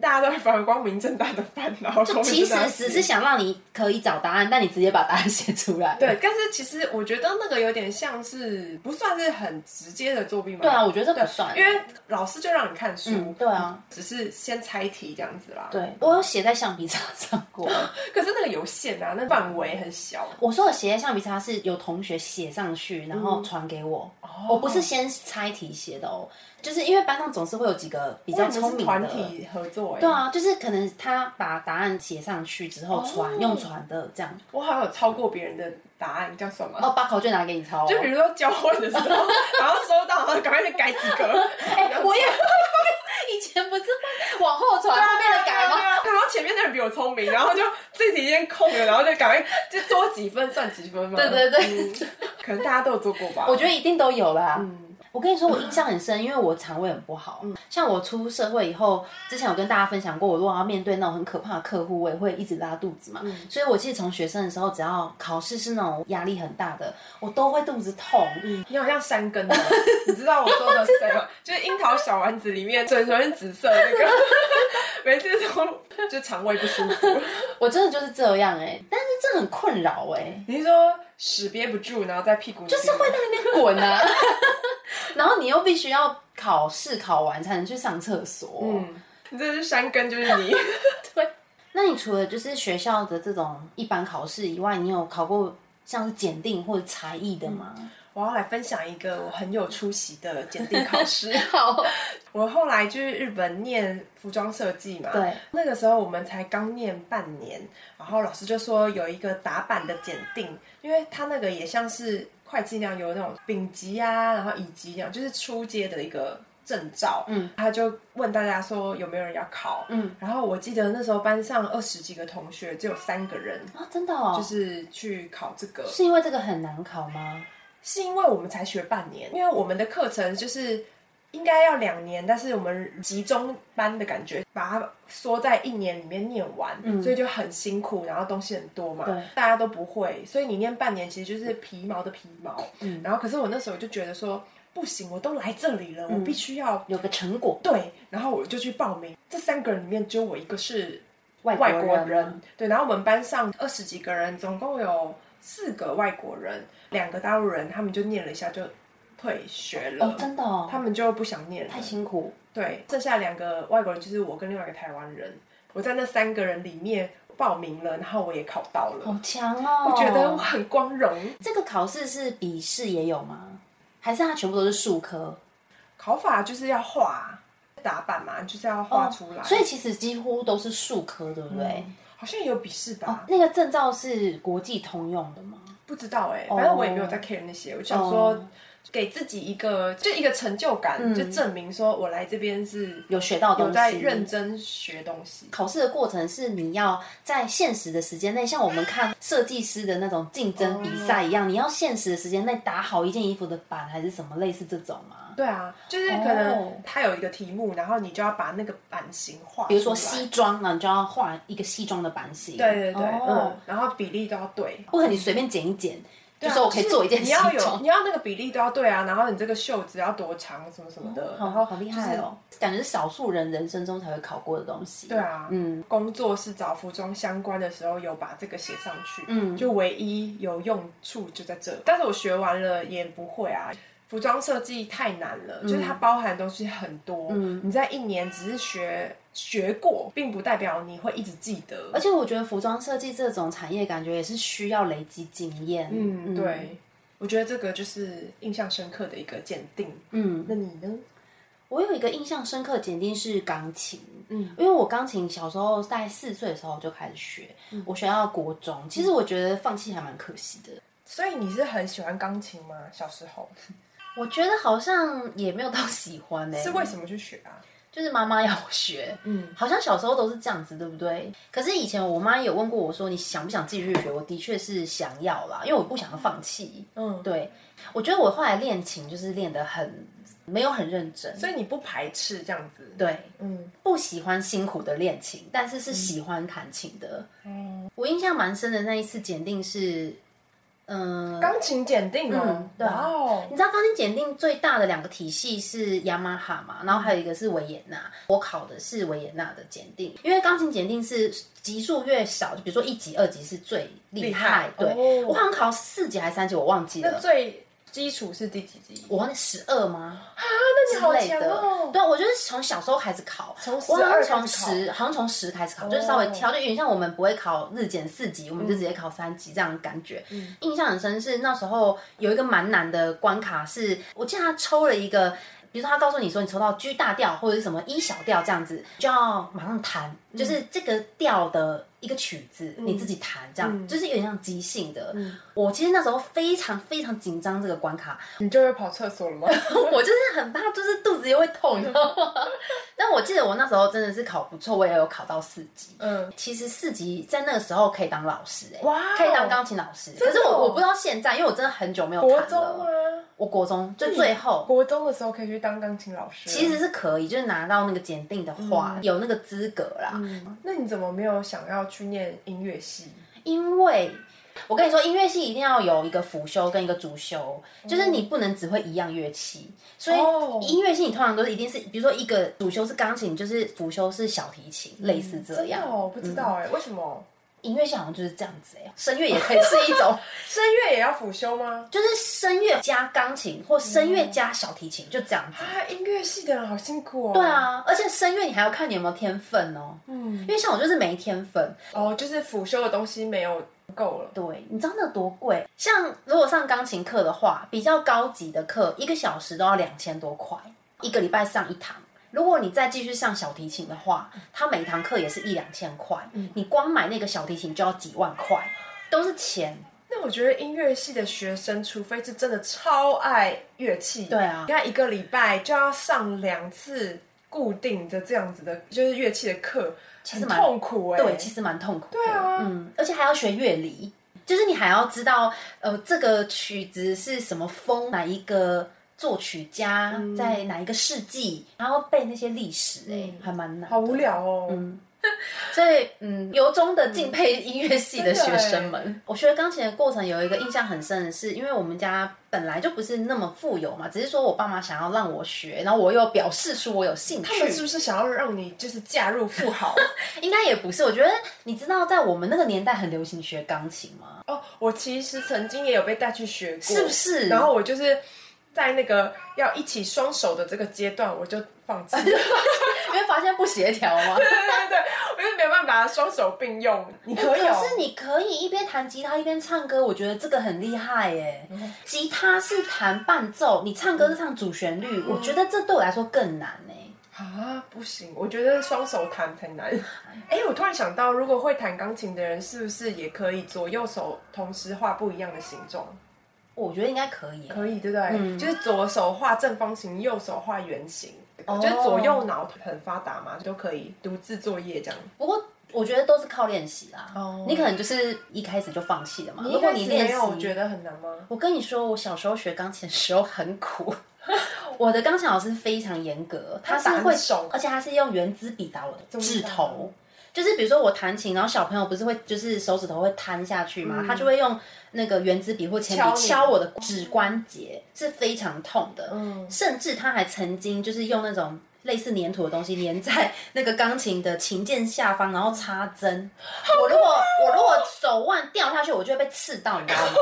S1: 大家都会反光明正大的翻，然 后后面
S2: 其
S1: 就
S2: 实
S1: 拿
S2: 只
S1: 去
S2: 是想让你可以找答案，但你直接把答案写出来。
S1: 对，但是其实我觉得那个有点像是不算是很直接的作弊嘛。
S2: 对啊，我觉得这不算，
S1: 因为老师就让你看书，
S2: 嗯对啊，
S1: 只是先猜题这样子啦。，
S2: 对我有写在橡皮擦上过。
S1: 可是那个有限啊，那范围很小。
S2: 我说的写在橡皮擦是有同学写上去，然后传给我。
S1: 嗯
S2: 我不是先猜题写的哦，就是因为班上总是会有几个比
S1: 比
S2: 较聪
S1: 哦
S2: 明
S1: 团
S2: 的。
S1: 体合作、欸，
S2: 对，啊，就是可能他把答案写上去之后传、
S1: 哦
S2: 用传的这样。
S1: 我好像有超过别人的答案，叫什么？
S2: 哦，把考卷拿给你抄、哦。
S1: 就比如说交换的时候，然后收到，然后赶快去改几个，
S2: 哎、我也以前不是会往后传，后面的改吗？
S1: 对啊 然后前面的人比我聪明，然后就自己先空了，然后就赶快就多几分算几分嘛。
S2: 对对对，
S1: 嗯可能大家都有做过吧。
S2: 我觉得一定都有啦。
S1: 嗯
S2: 我跟你说，我印象很深，因为我肠胃很不好。像我出社会以后，之前有跟大家分享过，我如果要面对那种很可怕的客户，我也会一直拉肚子嘛。所以我其实从学生的时候，只要考试是那种压力很大的，我都会肚子痛。
S1: 你好像山根哦，你知道我说的是谁吗？就是樱桃小丸子里面嘴唇是紫色的那个， 每次都就肠胃不舒服。
S2: 我真的就是这样哎、但是这很困扰哎、
S1: 你是说屎憋不住，然后在屁股就是
S2: 会在那边滚啊， 然后你又必须要考试考完才能去上厕所。
S1: 嗯，你这是山根，就是你。
S2: 那你除了就是学校的这种一般考试以外，你有考过像是检定或者才艺的吗？
S1: 我要来分享一个我很有出息的检定考试。
S2: 好，
S1: 我后来去日本念服装设计嘛，
S2: 对，
S1: 那个时候我们才刚念半年，然后老师就说有一个打板的检定，因为他那个也像是会计那样有那种丙级啊，然后乙级那样，就是初阶的一个。证照，嗯，他就问大家说有没有人要考，嗯，然后我记得那时候班上二十几个同学，只有三个人
S2: 啊，真的哦，
S1: 就是去考这个，
S2: 是因为这个很难考吗？
S1: 是因为我们才学半年，因为我们的课程就是应该要两年，但是我们集中班的感觉，把它缩在一年里面念完，所以就很辛苦，然后东西很多嘛
S2: 对，
S1: 大家都不会，所以你念半年其实就是皮毛的皮毛。然后可是我那时候就觉得说，不行，我都来这里了，我必须要、
S2: 有个成果，
S1: 对，然后我就去报名，这三个人里面只有我一个是
S2: 外
S1: 外
S2: 国
S1: 国
S2: 人
S1: 人，对，然后我们班上二十几个人，总共有四个外国人，两个大陆人，他们就念了一下就退学了，
S2: 哦，真的哦，
S1: 他们就不想念了
S2: 太。辛苦，
S1: 对，剩下两个外国人就是我跟另外一个台湾人，我在那三个人里面报名了，然后我也考到了，
S2: 好强哦。
S1: 我觉得我很光荣。
S2: 这个考试是笔试也有吗？还是它全部都是数科
S1: 考法就是要画打板嘛，就是要画出来，
S2: 哦
S1: 嗯
S2: 所以其实几乎都是数科，对不对？
S1: 好像也有笔试吧。
S2: 那个证照是国际通用的吗？
S1: 不知道
S2: 哦
S1: 哎、反正我也没有在 care 那些，我想说给自己一个就一个成就感，就证明说我来这边是
S2: 嗯有学到东
S1: 有
S2: 西，
S1: 在认真学东西。
S2: 考试的过程是你要在限时的时间内，像我们看设计师的那种竞争比赛一样，你要限时的时间内打好一件衣服的版，还是什么类似这种吗？
S1: 对啊，就是可能他有一个题目，然后你就要把那个版型画出来，比
S2: 哦比如说西装，那你就要画一个西装的版型。
S1: 对对对，
S2: 哦
S1: 嗯，然后比例都要对。
S2: 不可能你随便剪一剪，就说我可以做一件
S1: 啊你
S2: 西
S1: 要有，
S2: 装。哦
S1: 你要那个比例都要对啊，然后你这个袖子要多长，什么什么的，然后
S2: 好厉害哦！感觉是少数人人生中才会考过的东西。
S1: 对啊，
S2: 嗯，
S1: 工作是找服装相关的时候有把这个写上去，嗯，就唯一有用处就在这。但是我学完了也不会啊。服装设计太难
S2: 嗯
S1: 了，就是它包含的东西很多。嗯，你在一年只是学学过，并不代表你会一直记得。
S2: 而且我觉得服装设计这种产业，感觉也是需要累积经验。
S1: 嗯，对，我觉得这个就是印象深刻的一个鉴定。
S2: 嗯，
S1: 那你呢？
S2: 我有一个印象深刻的检定是钢琴，嗯，因为我钢琴小时候在四岁的时候就开始学，我学到国中，其实我觉得放弃还蛮可惜的。
S1: 所以你是很喜欢钢琴吗？小时候
S2: 嗯我觉得好像也没有到喜欢呢、欸
S1: 是为什么去学啊？
S2: 就是妈妈要我学，
S1: 嗯，
S2: 好像小时候都是这样子，对不对？可是以前我妈有问过我说你想不想继续学，我的确是想要啦，因为我不想要放弃。
S1: 嗯，
S2: 对，我觉得我后来练琴就是练得很没有很认真，
S1: 所以你不排斥这样子？，
S2: 对，
S1: 嗯，
S2: 不喜欢辛苦的练琴，但是是喜欢弹琴的。我印象蛮深的那一次检定是，嗯、
S1: 钢琴鉴定哦
S2: 嗯，对
S1: 哇
S2: 啊
S1: 哦，
S2: 你知道钢琴检定最大的两个体系是雅马哈嘛，然后还有一个是维也纳。我考的是维也纳的检定，因为钢琴检定是级数越少，就比如说一级、二级是最
S1: 厉
S2: 厉害。
S1: 害
S2: 对，
S1: 哦
S2: 我好像考四级还是三级，我忘记
S1: 那
S2: 了。
S1: 最基础是第几级？
S2: 我忘记十二吗？
S1: 那
S2: 之类的。！对，我就是从小时候开始考，
S1: 从
S2: 哦我好哦
S1: 12开始考
S2: 像从十，好像从十开始考，就是稍微挑，就有点像我们不会考日检四级，我们就直接考三级这样的感觉。印象很深是那时候有一个蛮难的关卡是，我记得他抽了一个。比如说，他告诉你说你抽到 G 大调或者是什么 E 小调这样子，就要马上弹，就是这个调的一个曲子，你自己弹，这样、就是有点像即兴的。我其实那时候非常非常紧张这个关卡，
S1: 你就会跑厕所了吗？
S2: 我就是很怕，就是肚子又会痛，你知道吗？但我我记得我那时候真的是考不错，我也有考到四级。
S1: 嗯，
S2: 其实四级在那个时候可以当老师、欸，
S1: 哇哦
S2: 可以当钢琴老师。可
S1: 真的
S2: 是
S1: 哦
S2: 我我不知道现在，因为我真的很久没有
S1: 国
S2: 弹
S1: 中啊嗯吗？
S2: 了。我国中就最后。
S1: 国中的时候可以去当钢琴老师了。
S2: 其实是可以，就是拿到那个检定的话，
S1: 嗯
S2: 有那个资格啦。
S1: 那你怎么没有想要去念音乐系？
S2: 因为我跟你说，音乐系一定要有一个辅修跟一个主修，就是你不能只会一样乐器。所
S1: 哦
S2: 以音乐系你通常都是一定是，比如说一个主修是钢琴，就是辅修是小提琴，类似这
S1: 真的
S2: 样。嗯
S1: 哦，不知道哎，为什么？
S2: 音乐系好像就是这样子哎、声乐也可以是一 种，
S1: 声乐也要辅修吗？
S2: 就是声乐加钢琴或声乐加小提琴，就这样子。
S1: 啊，音乐系的人好辛苦哦。
S2: 对，啊，而且声乐你还要看你有没有天分哦，
S1: 嗯
S2: 因，为像我就是没天分，
S1: 哦，就是辅修的东西没有够了。
S2: 对，你知道那多贵？像如果上钢琴课的话，比较高级的课，一个小时都要两千多块，一个礼拜上一堂。如果你再继续上小提琴的话，它每堂课也是一两千块，你光买那个小提琴就要几万块，都是钱。
S1: 那我觉得音乐系的学生，除非是真的超爱乐器，
S2: 对啊
S1: 你看一个礼拜就要上两次固定的这样子的，就是乐器的课，很
S2: 实蛮
S1: 痛苦哎、
S2: 对，其实蛮痛苦的。对
S1: 啊
S2: 嗯，而且还要学乐理，就是你还要知道，呃，这个曲子是什么风，哪一个作曲家、在哪一个世纪，然后背那些历史、哎、还蛮嗯难的。
S1: 好无聊哦。
S2: 所以，嗯，由衷的敬佩音乐系的学生们。
S1: 真
S2: 我学钢琴的过程有一个印象很深的是，因为我们家本来就不是那么富有嘛，只是说我爸妈想要让我学，然后我又表示出我有兴
S1: 他们是
S2: 趣。
S1: 不是想要让你就是嫁入富 豪？
S2: 应该也不是，我觉得你知道，在我们那个年代很流行学钢琴吗？
S1: 哦，我其实曾经也有被带去学过，
S2: 是不是
S1: 然后我就是在那个要一起双手的这个阶段，我就放弃了。 对
S2: 因为发现不协调吗？
S1: 对对，我就没有办法双手并用。你可以、哦，
S2: 是你可以一边弹吉他一边唱歌，我觉得这个很厉害耶。吉他是弹伴奏，你唱歌是唱主旋律，我觉得这对我来说更难哎。
S1: 啊，不行，我觉得双手弹才难。哎、我突然想到，如果会弹钢琴的人，是不是也可以左右手同时画不一样的形状？
S2: 我觉得应该可以耶，
S1: 可以，对不对？
S2: 嗯
S1: 就是左手画正方形，右手画圆形。就是左右脑很发达嘛，都可以独自作业这样。
S2: 不过我觉得都是靠练习啦。
S1: 哦
S2: 你可能就是一开始就放弃了嘛。
S1: 你
S2: 哦如
S1: 一
S2: 果
S1: 开
S2: 你
S1: 始
S2: 练
S1: 没
S2: 习，
S1: 有觉得很难吗？
S2: 我跟你说，我小时候学钢琴的时候很苦。 我的钢琴老师非常严格，他是
S1: 打你
S2: 会
S1: 手
S2: 而且他是用圆珠笔打我的
S1: 么
S2: 指
S1: 打
S2: 头。就是比如说我弹琴，然后小朋友不是会就是手指头会摊下去嘛，他就会用那个圆珠笔或铅
S1: 嗯敲
S2: 笔
S1: 你
S2: 敲我的指关节，是非常痛的。
S1: 嗯
S2: 甚至他还曾经就是用那种类似粘土的东西粘在那个钢琴的琴键下方，然后插针。我如果我如果手腕掉下去，我就会被刺到，你知道吗？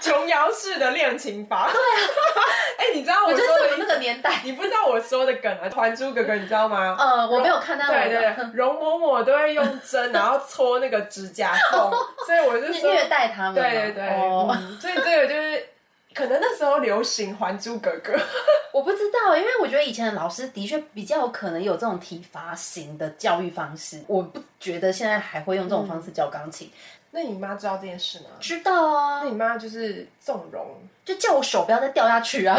S1: 琼瑶式的恋情法。对啊， 哎、你知道我
S2: 我
S1: 说
S2: 就是我
S1: 的
S2: 们那个年代。
S1: 你不知道我说的梗啊，《还珠格格》，你知道吗？
S2: 呃，我没有看到我
S1: 对对
S2: 的
S1: 对，容嬷嬷都会用针，然后戳那个指甲缝， 所以我就说，
S2: 虐待他们吗。
S1: 对对对，
S2: 哦
S1: 嗯所以这个就是可能那时候流行《还珠格格》，
S2: 我不知道，因为我觉得以前的老师的确比较有可能有这种体罚型的教育方式，我不觉得现在还会用这种
S1: 嗯
S2: 方式教钢琴。
S1: 那你妈知道这件事吗？
S2: 知道啊
S1: 那，你妈就是纵容，
S2: 就叫我手不要再掉下去 啊。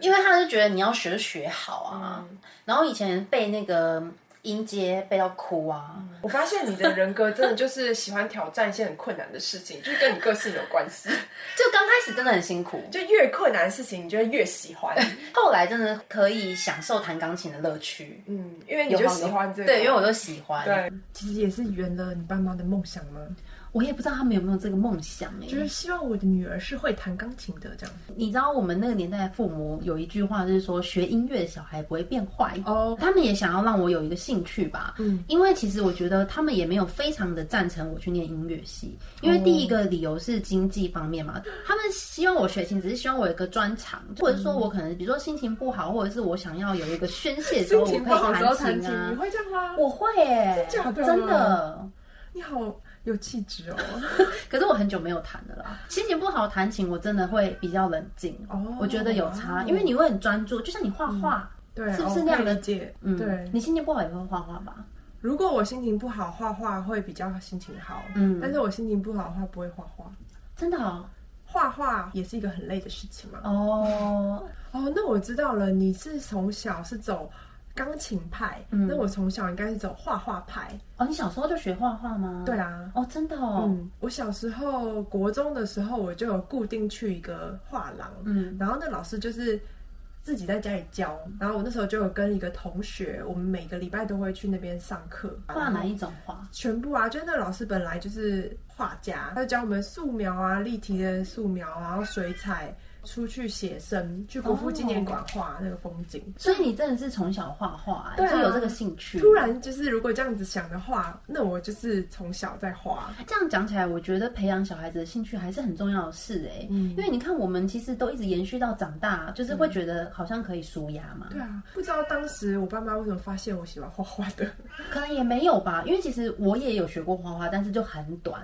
S2: 因为他就觉得你要学就学好啊，
S1: 嗯
S2: 然后以前背那个音阶背到哭啊，
S1: 我发现你的人格真的就是喜欢挑战一些很困难的事情，就是跟你个性有关系。
S2: 就刚开始真的很辛苦，
S1: 就越困难的事情，你就会越喜欢。
S2: 后来真的可以享受弹钢琴的乐趣，
S1: 嗯，因为你就喜欢这个。
S2: 对，因为我就喜欢，
S1: 对，其实也是圆了你爸妈的梦想吗？
S2: 我也不知道他们有没有这个梦想哎、
S1: 就是希望我的女儿是会弹钢琴的这样。
S2: 你知道我们那个年代的父母有一句话就是说，学音乐的小孩不会变坏。
S1: 哦，
S2: 他们也想要让我有一个兴趣吧，
S1: 嗯
S2: 因为其实我觉得他们也没有非常的赞成我去念音乐系，因为第一个理由是经济方面嘛，他们希望我学琴，只是希望我有一个专长，或者说我可能比如说心情不好，或者是我想要有一个宣泄的时候，
S1: 心
S2: 我可以
S1: 情不好的时候弹
S2: 琴
S1: 琴，
S2: 啊
S1: 你，会这样吗？
S2: 我会耶、
S1: 真假的啊
S2: 真的，
S1: 你好有气质哦。
S2: 可是我很久没有弹了啦，心情不好弹琴，我真的会比较冷静。
S1: 哦
S2: 我觉得有差，
S1: 哦
S2: 因为你会很专注，就像你画画，
S1: 对，
S2: 是不
S1: 哦
S2: 是那样
S1: 我可
S2: 的
S1: 以理解？
S2: 嗯，
S1: 对。
S2: 你心情不好也会画画吧？
S1: 如果我心情不好，画画会比较心情好。
S2: 嗯
S1: 但是我心情不好的话，不会画画。
S2: 真的哦，
S1: 画画也是一个很累的事情嘛。
S2: 哦，
S1: 哦，那我知道了，你是从小是走钢琴派，
S2: 嗯
S1: 那我从小应该是走画画派。
S2: 哦，你小时候就学画画吗？
S1: 对啊，
S2: 哦，真的哦，
S1: 嗯，我小时候国中的时候，我就有固定去一个画廊，嗯，然后那老师就是自己在家里教，然后我那时候就有跟一个同学，我们每个礼拜都会去那边上课，
S2: 画哪一种画？
S1: 全部啊，就是那老师本来就是画家，他就教我们素描啊、立体的素描，然后水彩，出去写生，去国父纪念馆画那个风景。
S2: 所以你真的是从小画画、欸，
S1: 对啊
S2: 就有这个兴趣。
S1: 突然就是，如果这样子想的话，那我就是从小在画。
S2: 这样讲起来，我觉得培养小孩子的兴趣还是很重要的事哎、
S1: 嗯
S2: 因为你看，我们其实都一直延续到长大，就是会觉得好像可以舒压嘛。
S1: 对啊，不知道当时我爸妈为什么发现我喜欢画画的。
S2: 可能也没有吧，因为其实我也有学过画画，但是就很短。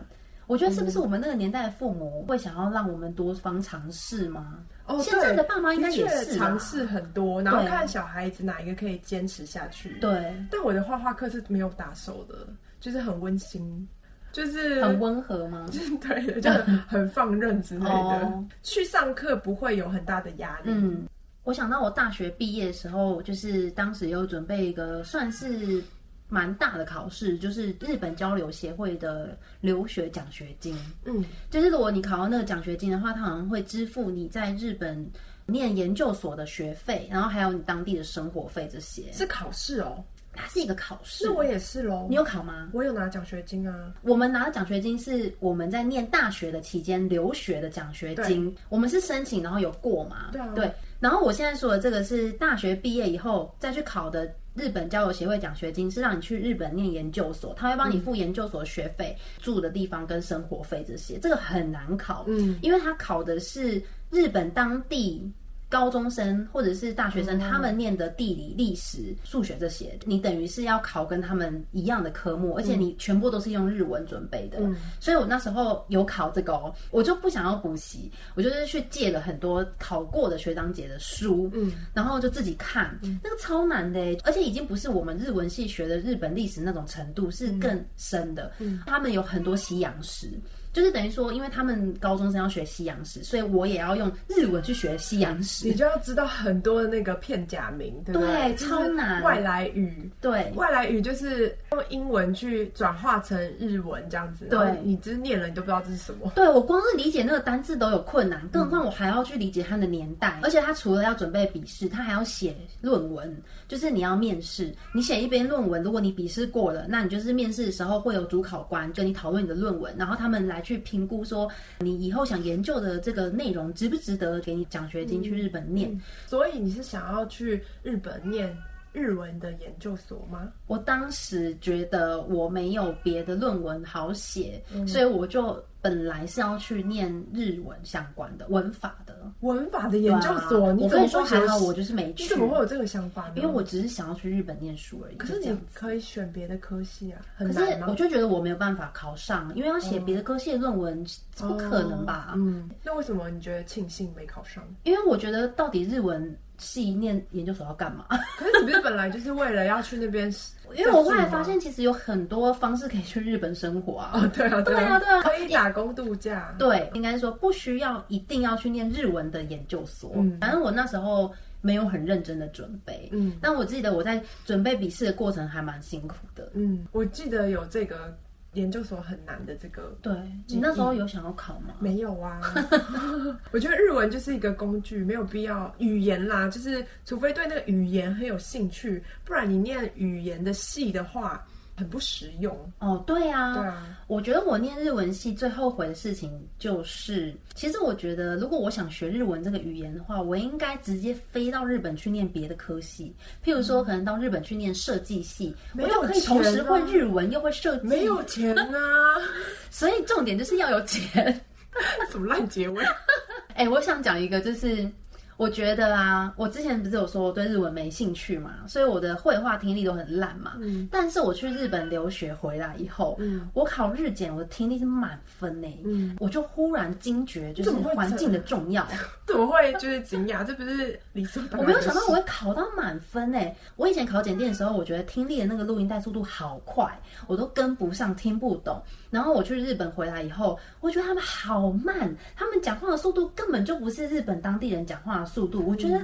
S2: 我觉得是不是我们那个年代的父母会想要让我们多方尝试吗？
S1: 哦，
S2: 现在的爸妈应该
S1: 对
S2: 也
S1: 的
S2: 是
S1: 确
S2: 啦
S1: 尝试很多，然后
S2: 对
S1: 看小孩子哪一个可以坚持下去。，
S2: 对，
S1: 但我的画画课是没有打手的，就是很温馨，就是
S2: 很温和吗？
S1: 对， 就是很放任之类的。
S2: 哦
S1: 去上课不会有很大的压力。
S2: 嗯，我想到我大学毕业的时候，就是当时有准备一个算是蛮大的考试，就是日本交流协会的留学奖学金。
S1: 嗯，
S2: 就是如果你考到那个奖学金的话，它好像会支付你在日本念研究所的学费，然后还有你当地的生活费这些。
S1: 是考试哦，
S2: 它是一个考试
S1: 那，我也是喽。
S2: 你有考吗？
S1: 我有拿奖学金啊，
S2: 我们拿的奖学金是我们在念大学的期间留学的奖学金，我们是申请然后有过嘛？
S1: 对啊
S2: 然后我现在说的这个是大学毕业以后再去考的日本交流协会奖学金，是让你去日本念研究所，他会帮
S1: 嗯
S2: 你付研究所的学费、住的地方跟生活费这些，这个很难考，
S1: 嗯，
S2: 因为他考的是日本当地。高中生或者是大学生，他们念的地理、历史、数学这些，你等于是要考跟他们一样的科目，而且你全部都是用日文准备的。
S1: 嗯
S2: 所以我那时候有考这个哦，我就不想要补习，我就是去借了很多考过的学长姐的书，嗯，然后就自己看，那个超难的欸耶，而且已经不是我们日文系学的日本历史那种程度，是更深的。他们有很多西洋史。就是等于说，因为他们高中生要学西洋史，所以我也要用日文去学西洋史
S1: 你。就要知道很多的那个片假名，对不
S2: 对
S1: 就是
S2: 超难
S1: 外来语。
S2: 对，
S1: 外来语就是用英文去转化成日文这样子，然后
S2: 对
S1: 你只是念了，你都不知道这是什么。
S2: 对我光是理解那个单字都有困难，更何况我还要去理解它的年代。而且他除了要准备笔试，他还要写论文，就是你要面试。你写一篇论文，如果你笔试过了，那你就是面试的时候会有主考官跟你讨论你的论文，然后他们来去评估说你以后想研究的这个内容值不值得给你奖学金去日本念。
S1: 所以你是想要去日本念日文的研究所吗？
S2: 我当时觉得我没有别的论文好写，所以我就本来是要去念日文相关的文法的。
S1: 文法的研究所，
S2: 对啊
S1: 你
S2: 我
S1: 怎
S2: 跟
S1: 么
S2: 你说
S1: 会想
S2: 还
S1: 要
S2: 好，我就是没去。啊
S1: 你怎么会有这个想法呢？
S2: 因为我只是想要去日本念书而已。
S1: 可是
S2: 就这
S1: 你
S2: 样
S1: 可以选别的科系啊，很
S2: 可是
S1: 难吗
S2: 我？就觉得我没有办法考上，因为要写别的科系的论文，不可能吧？
S1: 嗯，那为什么你觉得庆幸没考上？
S2: 因为我觉得到底日文系念研究所要干嘛？
S1: 可是你不是本来就是为了要去那边？
S2: 因为我后来发现，其实有很多方式可以去日本生活啊。
S1: 哦，对啊，对
S2: 对啊对啊
S1: 可以打工度假。
S2: 对，应该说不需要一定要去念日文的研究所。
S1: 嗯
S2: 反正我那时候没有很认真的准备，
S1: 嗯
S2: 但我记得我在准备笔试的过程还蛮辛苦的。
S1: 嗯，我记得有这个研究所很难的这个。
S2: 对你那时候有想要考吗？
S1: 没有啊， 我觉得日文就是一个工具，没有必要语言啦，就是除非对那个语言很有兴趣，不然你念语言的系的话，很不实用。
S2: 哦，对啊，
S1: 对 啊，
S2: 我觉得我念日文系最后悔的事情就是，其实我觉得如果我想学日文这个语言的话，我应该直接飞到日本去念别的科系，譬如说可能到日本去念设计系，
S1: 嗯没
S2: 我
S1: 有
S2: 就可以同时
S1: 钱啊
S2: 会日文又会设计。
S1: 没有，钱啊，
S2: 所以重点就是要有钱。
S1: 什么烂结尾？
S2: 哎、我想讲一个，就是我觉得啊，我之前不是有说我对日文没兴趣嘛，所以我的绘画听力都很烂嘛。
S1: 嗯
S2: 但是我去日本留学回来以后，我考日检，我的听力是满分呢、
S1: 嗯
S2: 我就忽然惊觉，就是
S1: 怎么会这
S2: 环境的重要。
S1: 怎么会就是惊讶？这不是理所当然的事？
S2: 我没有想到我会考到满分诶！我以前考检定的时候，我觉得听力的那个录音带速度好快，我都跟不上，听不懂。然后我去日本回来以后，我觉得他们好慢，他们讲话的速度根本就不是日本当地人讲话的速度，我觉得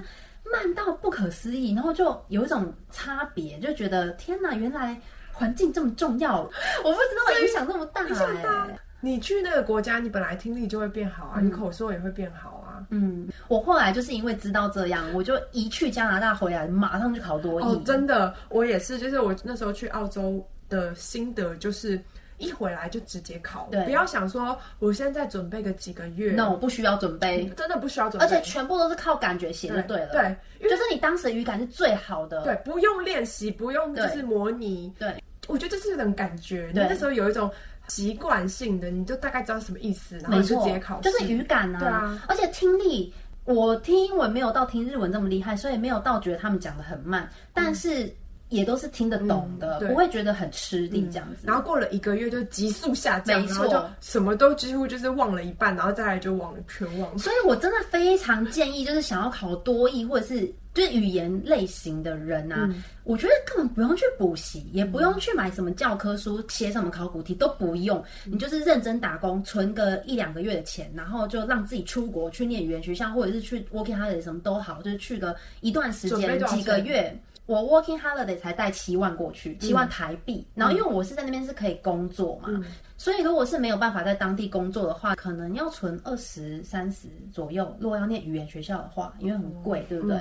S2: 慢到不可思议。然后就有一种差别，就觉得天哪，原来环境这么重要，我不知道影响这么大
S1: 很大
S2: 哎。
S1: 你去那个国家，你本来听力就会变好啊，你口说也会变好啊。
S2: 嗯，我后来就是因为知道这样，我就一去加拿大回来，马上就考多译。
S1: 哦，真的，我也是，就是我那时候去澳洲的心得就是。一回来就直接考，
S2: 对
S1: 不要想说我现在准备个几个月，
S2: 那我不需要准备，
S1: 真的不需要准备，
S2: 而且全部都是靠感觉写就对了。
S1: 嗯对，因为
S2: 就是你当时的语感是最好的。
S1: 对，不用练习，不用就
S2: 对
S1: 是模拟。
S2: 对，
S1: 我觉得这是一种感觉，你
S2: 对
S1: 那时候有一种习惯性的，你就大概知道什么意思，然后
S2: 没
S1: 你就
S2: 错
S1: 直接考，试，
S2: 就是语感啊。
S1: 对啊
S2: 而且听力，我听英文没有到听日文这么厉害，所以没有到觉得他们讲的很慢，但是也都是听得懂
S1: 嗯
S2: 的，
S1: 对
S2: 不会觉得很吃力这样子。
S1: 然后过了一个月就急速下降，
S2: 没
S1: 然
S2: 错
S1: 后就什么都几乎就是忘了一半，然后再来就忘了全忘了。
S2: 所以我真的非常建议，就是想要考多译或者是就是语言类型的人啊，
S1: 嗯
S2: 我觉得根本不用去补习，也不用去买什么教科书、写什么考古题都不用，
S1: 嗯
S2: 你就是认真打工，存个一两个月的钱，然后就让自己出国去念语言学校，或者是去 working holiday 什么都好，就是去个一段时
S1: 准备
S2: 间
S1: 多少
S2: 几个
S1: 钱
S2: 月。我 working holiday 才带七万过去，七
S1: 嗯
S2: 万台币。然后因为我是在那边是可以工作嘛，所以如果是没有办法在当地工作的话，可能要存二十三十左右。如果要念语言学校的话，因为很
S1: 嗯
S2: 贵，对不对？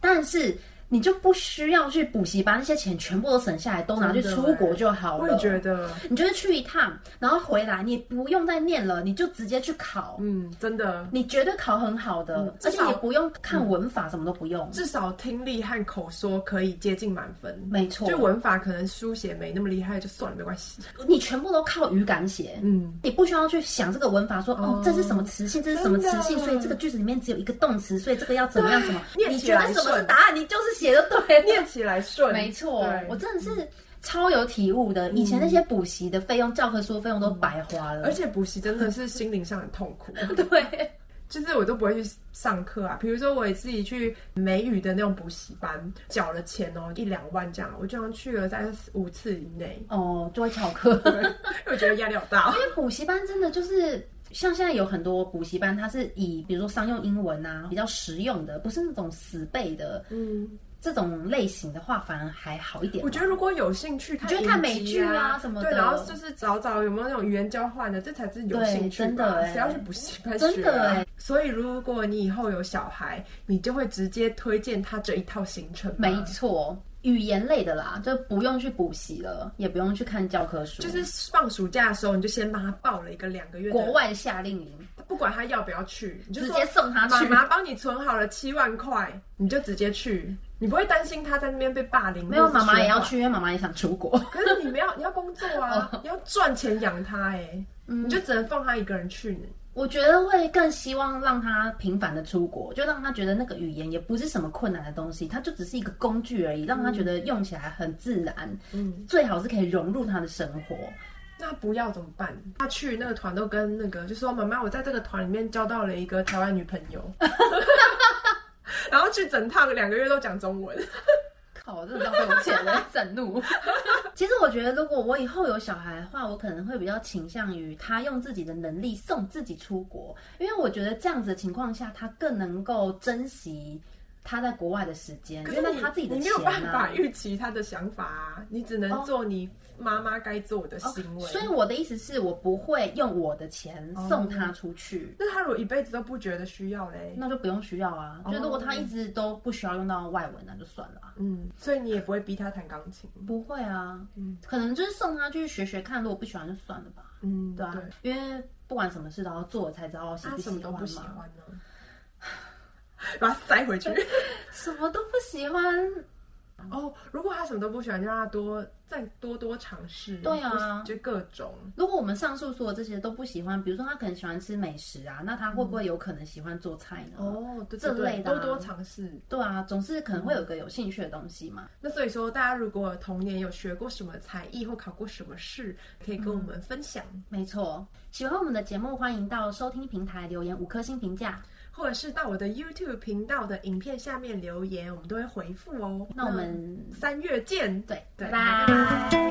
S2: 但是你就不需要去补习，把那些钱全部都省下来，都拿去
S1: 真的
S2: 出国
S1: 欸
S2: 就好了。
S1: 我也觉得，
S2: 你就是去一趟，然后回来，你不用再念了，你就直接去考，
S1: 嗯，真的，
S2: 你绝对考很好的，
S1: 嗯至
S2: 而且
S1: 少嗯
S2: 也不用看文法，什么都不用。
S1: 至少听力和口说可以接近满分。
S2: 没错，
S1: 就文法可能书写没那么厉害，就算了，没关系。
S2: 你全部都靠语感写，
S1: 嗯，
S2: 你不需要去想这个文法说，哦，这是什么词性，这是什么词
S1: 真
S2: 性，
S1: 的
S2: 所以这个句子里面只有一个动词，所以这个要怎么样怎么
S1: 对，
S2: 你
S1: 念起
S2: 觉
S1: 来
S2: 得什么是
S1: 顺
S2: 答案，你就是写就对
S1: 嗯
S2: 了。
S1: 念起来顺，
S2: 没错
S1: 对，
S2: 我真的是超有体悟的。以前那些补习的费用、教科书费用都白花了，
S1: 而且补习真的是心灵上很痛苦，
S2: 对，
S1: 就是我都不会去上课啊。比如说我也自己去美语的那种补习班，缴了钱哦，一两万这样，我就好像去了在五次以内，
S2: 哦，就会翘课。
S1: 对因为我觉得压力好大哦。
S2: 因为补习班真的就是。像现在有很多补习班，它是以比如说商用英文啊，比较实用的，不是那种死背的，
S1: 嗯，
S2: 这种类型的话，反而还好一点
S1: 我
S2: 吧。
S1: 觉得如果有兴趣看
S2: 你
S1: 影
S2: 就
S1: 集，
S2: 看美剧啊
S1: 啊
S2: 什么
S1: 对，
S2: 的
S1: 然后就是找找有没有那种语言交换的，这才是有
S2: 对
S1: 兴趣吧
S2: 真的欸
S1: 谁要去补习班学啊
S2: 真的欸
S1: 所以如果你以后有小孩，你就会直接推荐他这一套行程吧，
S2: 没错，语言类的啦，就不用去补习了，也不用去看教科书，
S1: 就是放暑假的时候，你就先帮他报了一个两个月的
S2: 国外夏令营，
S1: 不管他要不要去，你就
S2: 直
S1: 说
S2: 接送他
S1: 妈
S2: 去。
S1: 妈帮你存好了七万块，你就直接去，你不会担心他在那边被霸凌。
S2: 没有，
S1: 或者
S2: 妈
S1: 是
S2: 妈也
S1: 学坏
S2: 要。去，因为妈妈也想出国。
S1: 可是你没有，你要工作啊，
S2: 哦
S1: 你要赚钱养他哎、
S2: 嗯
S1: 你就只能放他一个人去呢。
S2: 我觉得会更希望让他频繁的出国，就让他觉得那个语言也不是什么困难的东西，它就只是一个工具而已，让他觉得用起来很自然，
S1: 嗯，
S2: 最好是可以融入他的生活。
S1: 那不要怎么办？他去那个团都跟那个就说妈妈，我在这个团里面交到了一个台湾女朋友， 然后去整趟两个月都讲中文。
S2: 靠，我真的浪费我钱了， 震怒。其实我觉得，如果我以后有小孩的话，我可能会比较倾向于他用自己的能力送自己出国，因为我觉得这样子的情况下，他更能够珍惜他在国外的时间，
S1: 可
S2: 因
S1: 是
S2: 为那
S1: 你
S2: 是他自己的
S1: 你没
S2: 钱
S1: 有办
S2: 啊
S1: 法。预期他的想法、啊，你只能
S2: 哦
S1: 做你妈妈该做的行为。
S2: 所以我的意思是我不会用我的钱
S1: 哦
S2: 送他出去，
S1: 那他如果一辈子都不觉得需要嘞，
S2: 那就不用需要啊。
S1: 哦
S2: 就如果他一直都不需要用到外文，那就算了啊。
S1: 嗯，所以你也不会逼他弹钢琴，
S2: 不会啊，
S1: 嗯
S2: 可能就是送他去学学看，如果不喜欢就算了吧。
S1: 嗯，
S2: 对啊，因为不管什么事都要做才知道喜
S1: 他
S2: 不
S1: 什么
S2: 喜
S1: 都不
S2: 欢
S1: 喜
S2: 嘛。
S1: 欢呢， 把他塞回去。
S2: 什么都不喜欢，
S1: 哦，如果他什么都不喜欢，就让他多再多多尝试。
S2: 对啊
S1: 就各种。
S2: 如果我们上述说的这些都不喜欢，比如说他可能喜欢吃美食啊，那他会不会有可能喜欢做菜呢？
S1: 哦，对
S2: 这
S1: 对对，
S2: 类的啊
S1: 多多尝试。
S2: 对啊，总是可能会有个有兴趣的东西嘛。
S1: 那所以说，大家如果童年有学过什么才艺或考过什么试，可以跟我们分享，
S2: 没错，喜欢我们的节目，欢迎到收听平台留言五颗星评价。
S1: 或者是到我的 YouTube 频道的影片下面留言，我们都会回复哦。
S2: 那我们
S1: 三月见，
S2: 对，
S1: 对
S2: 拜拜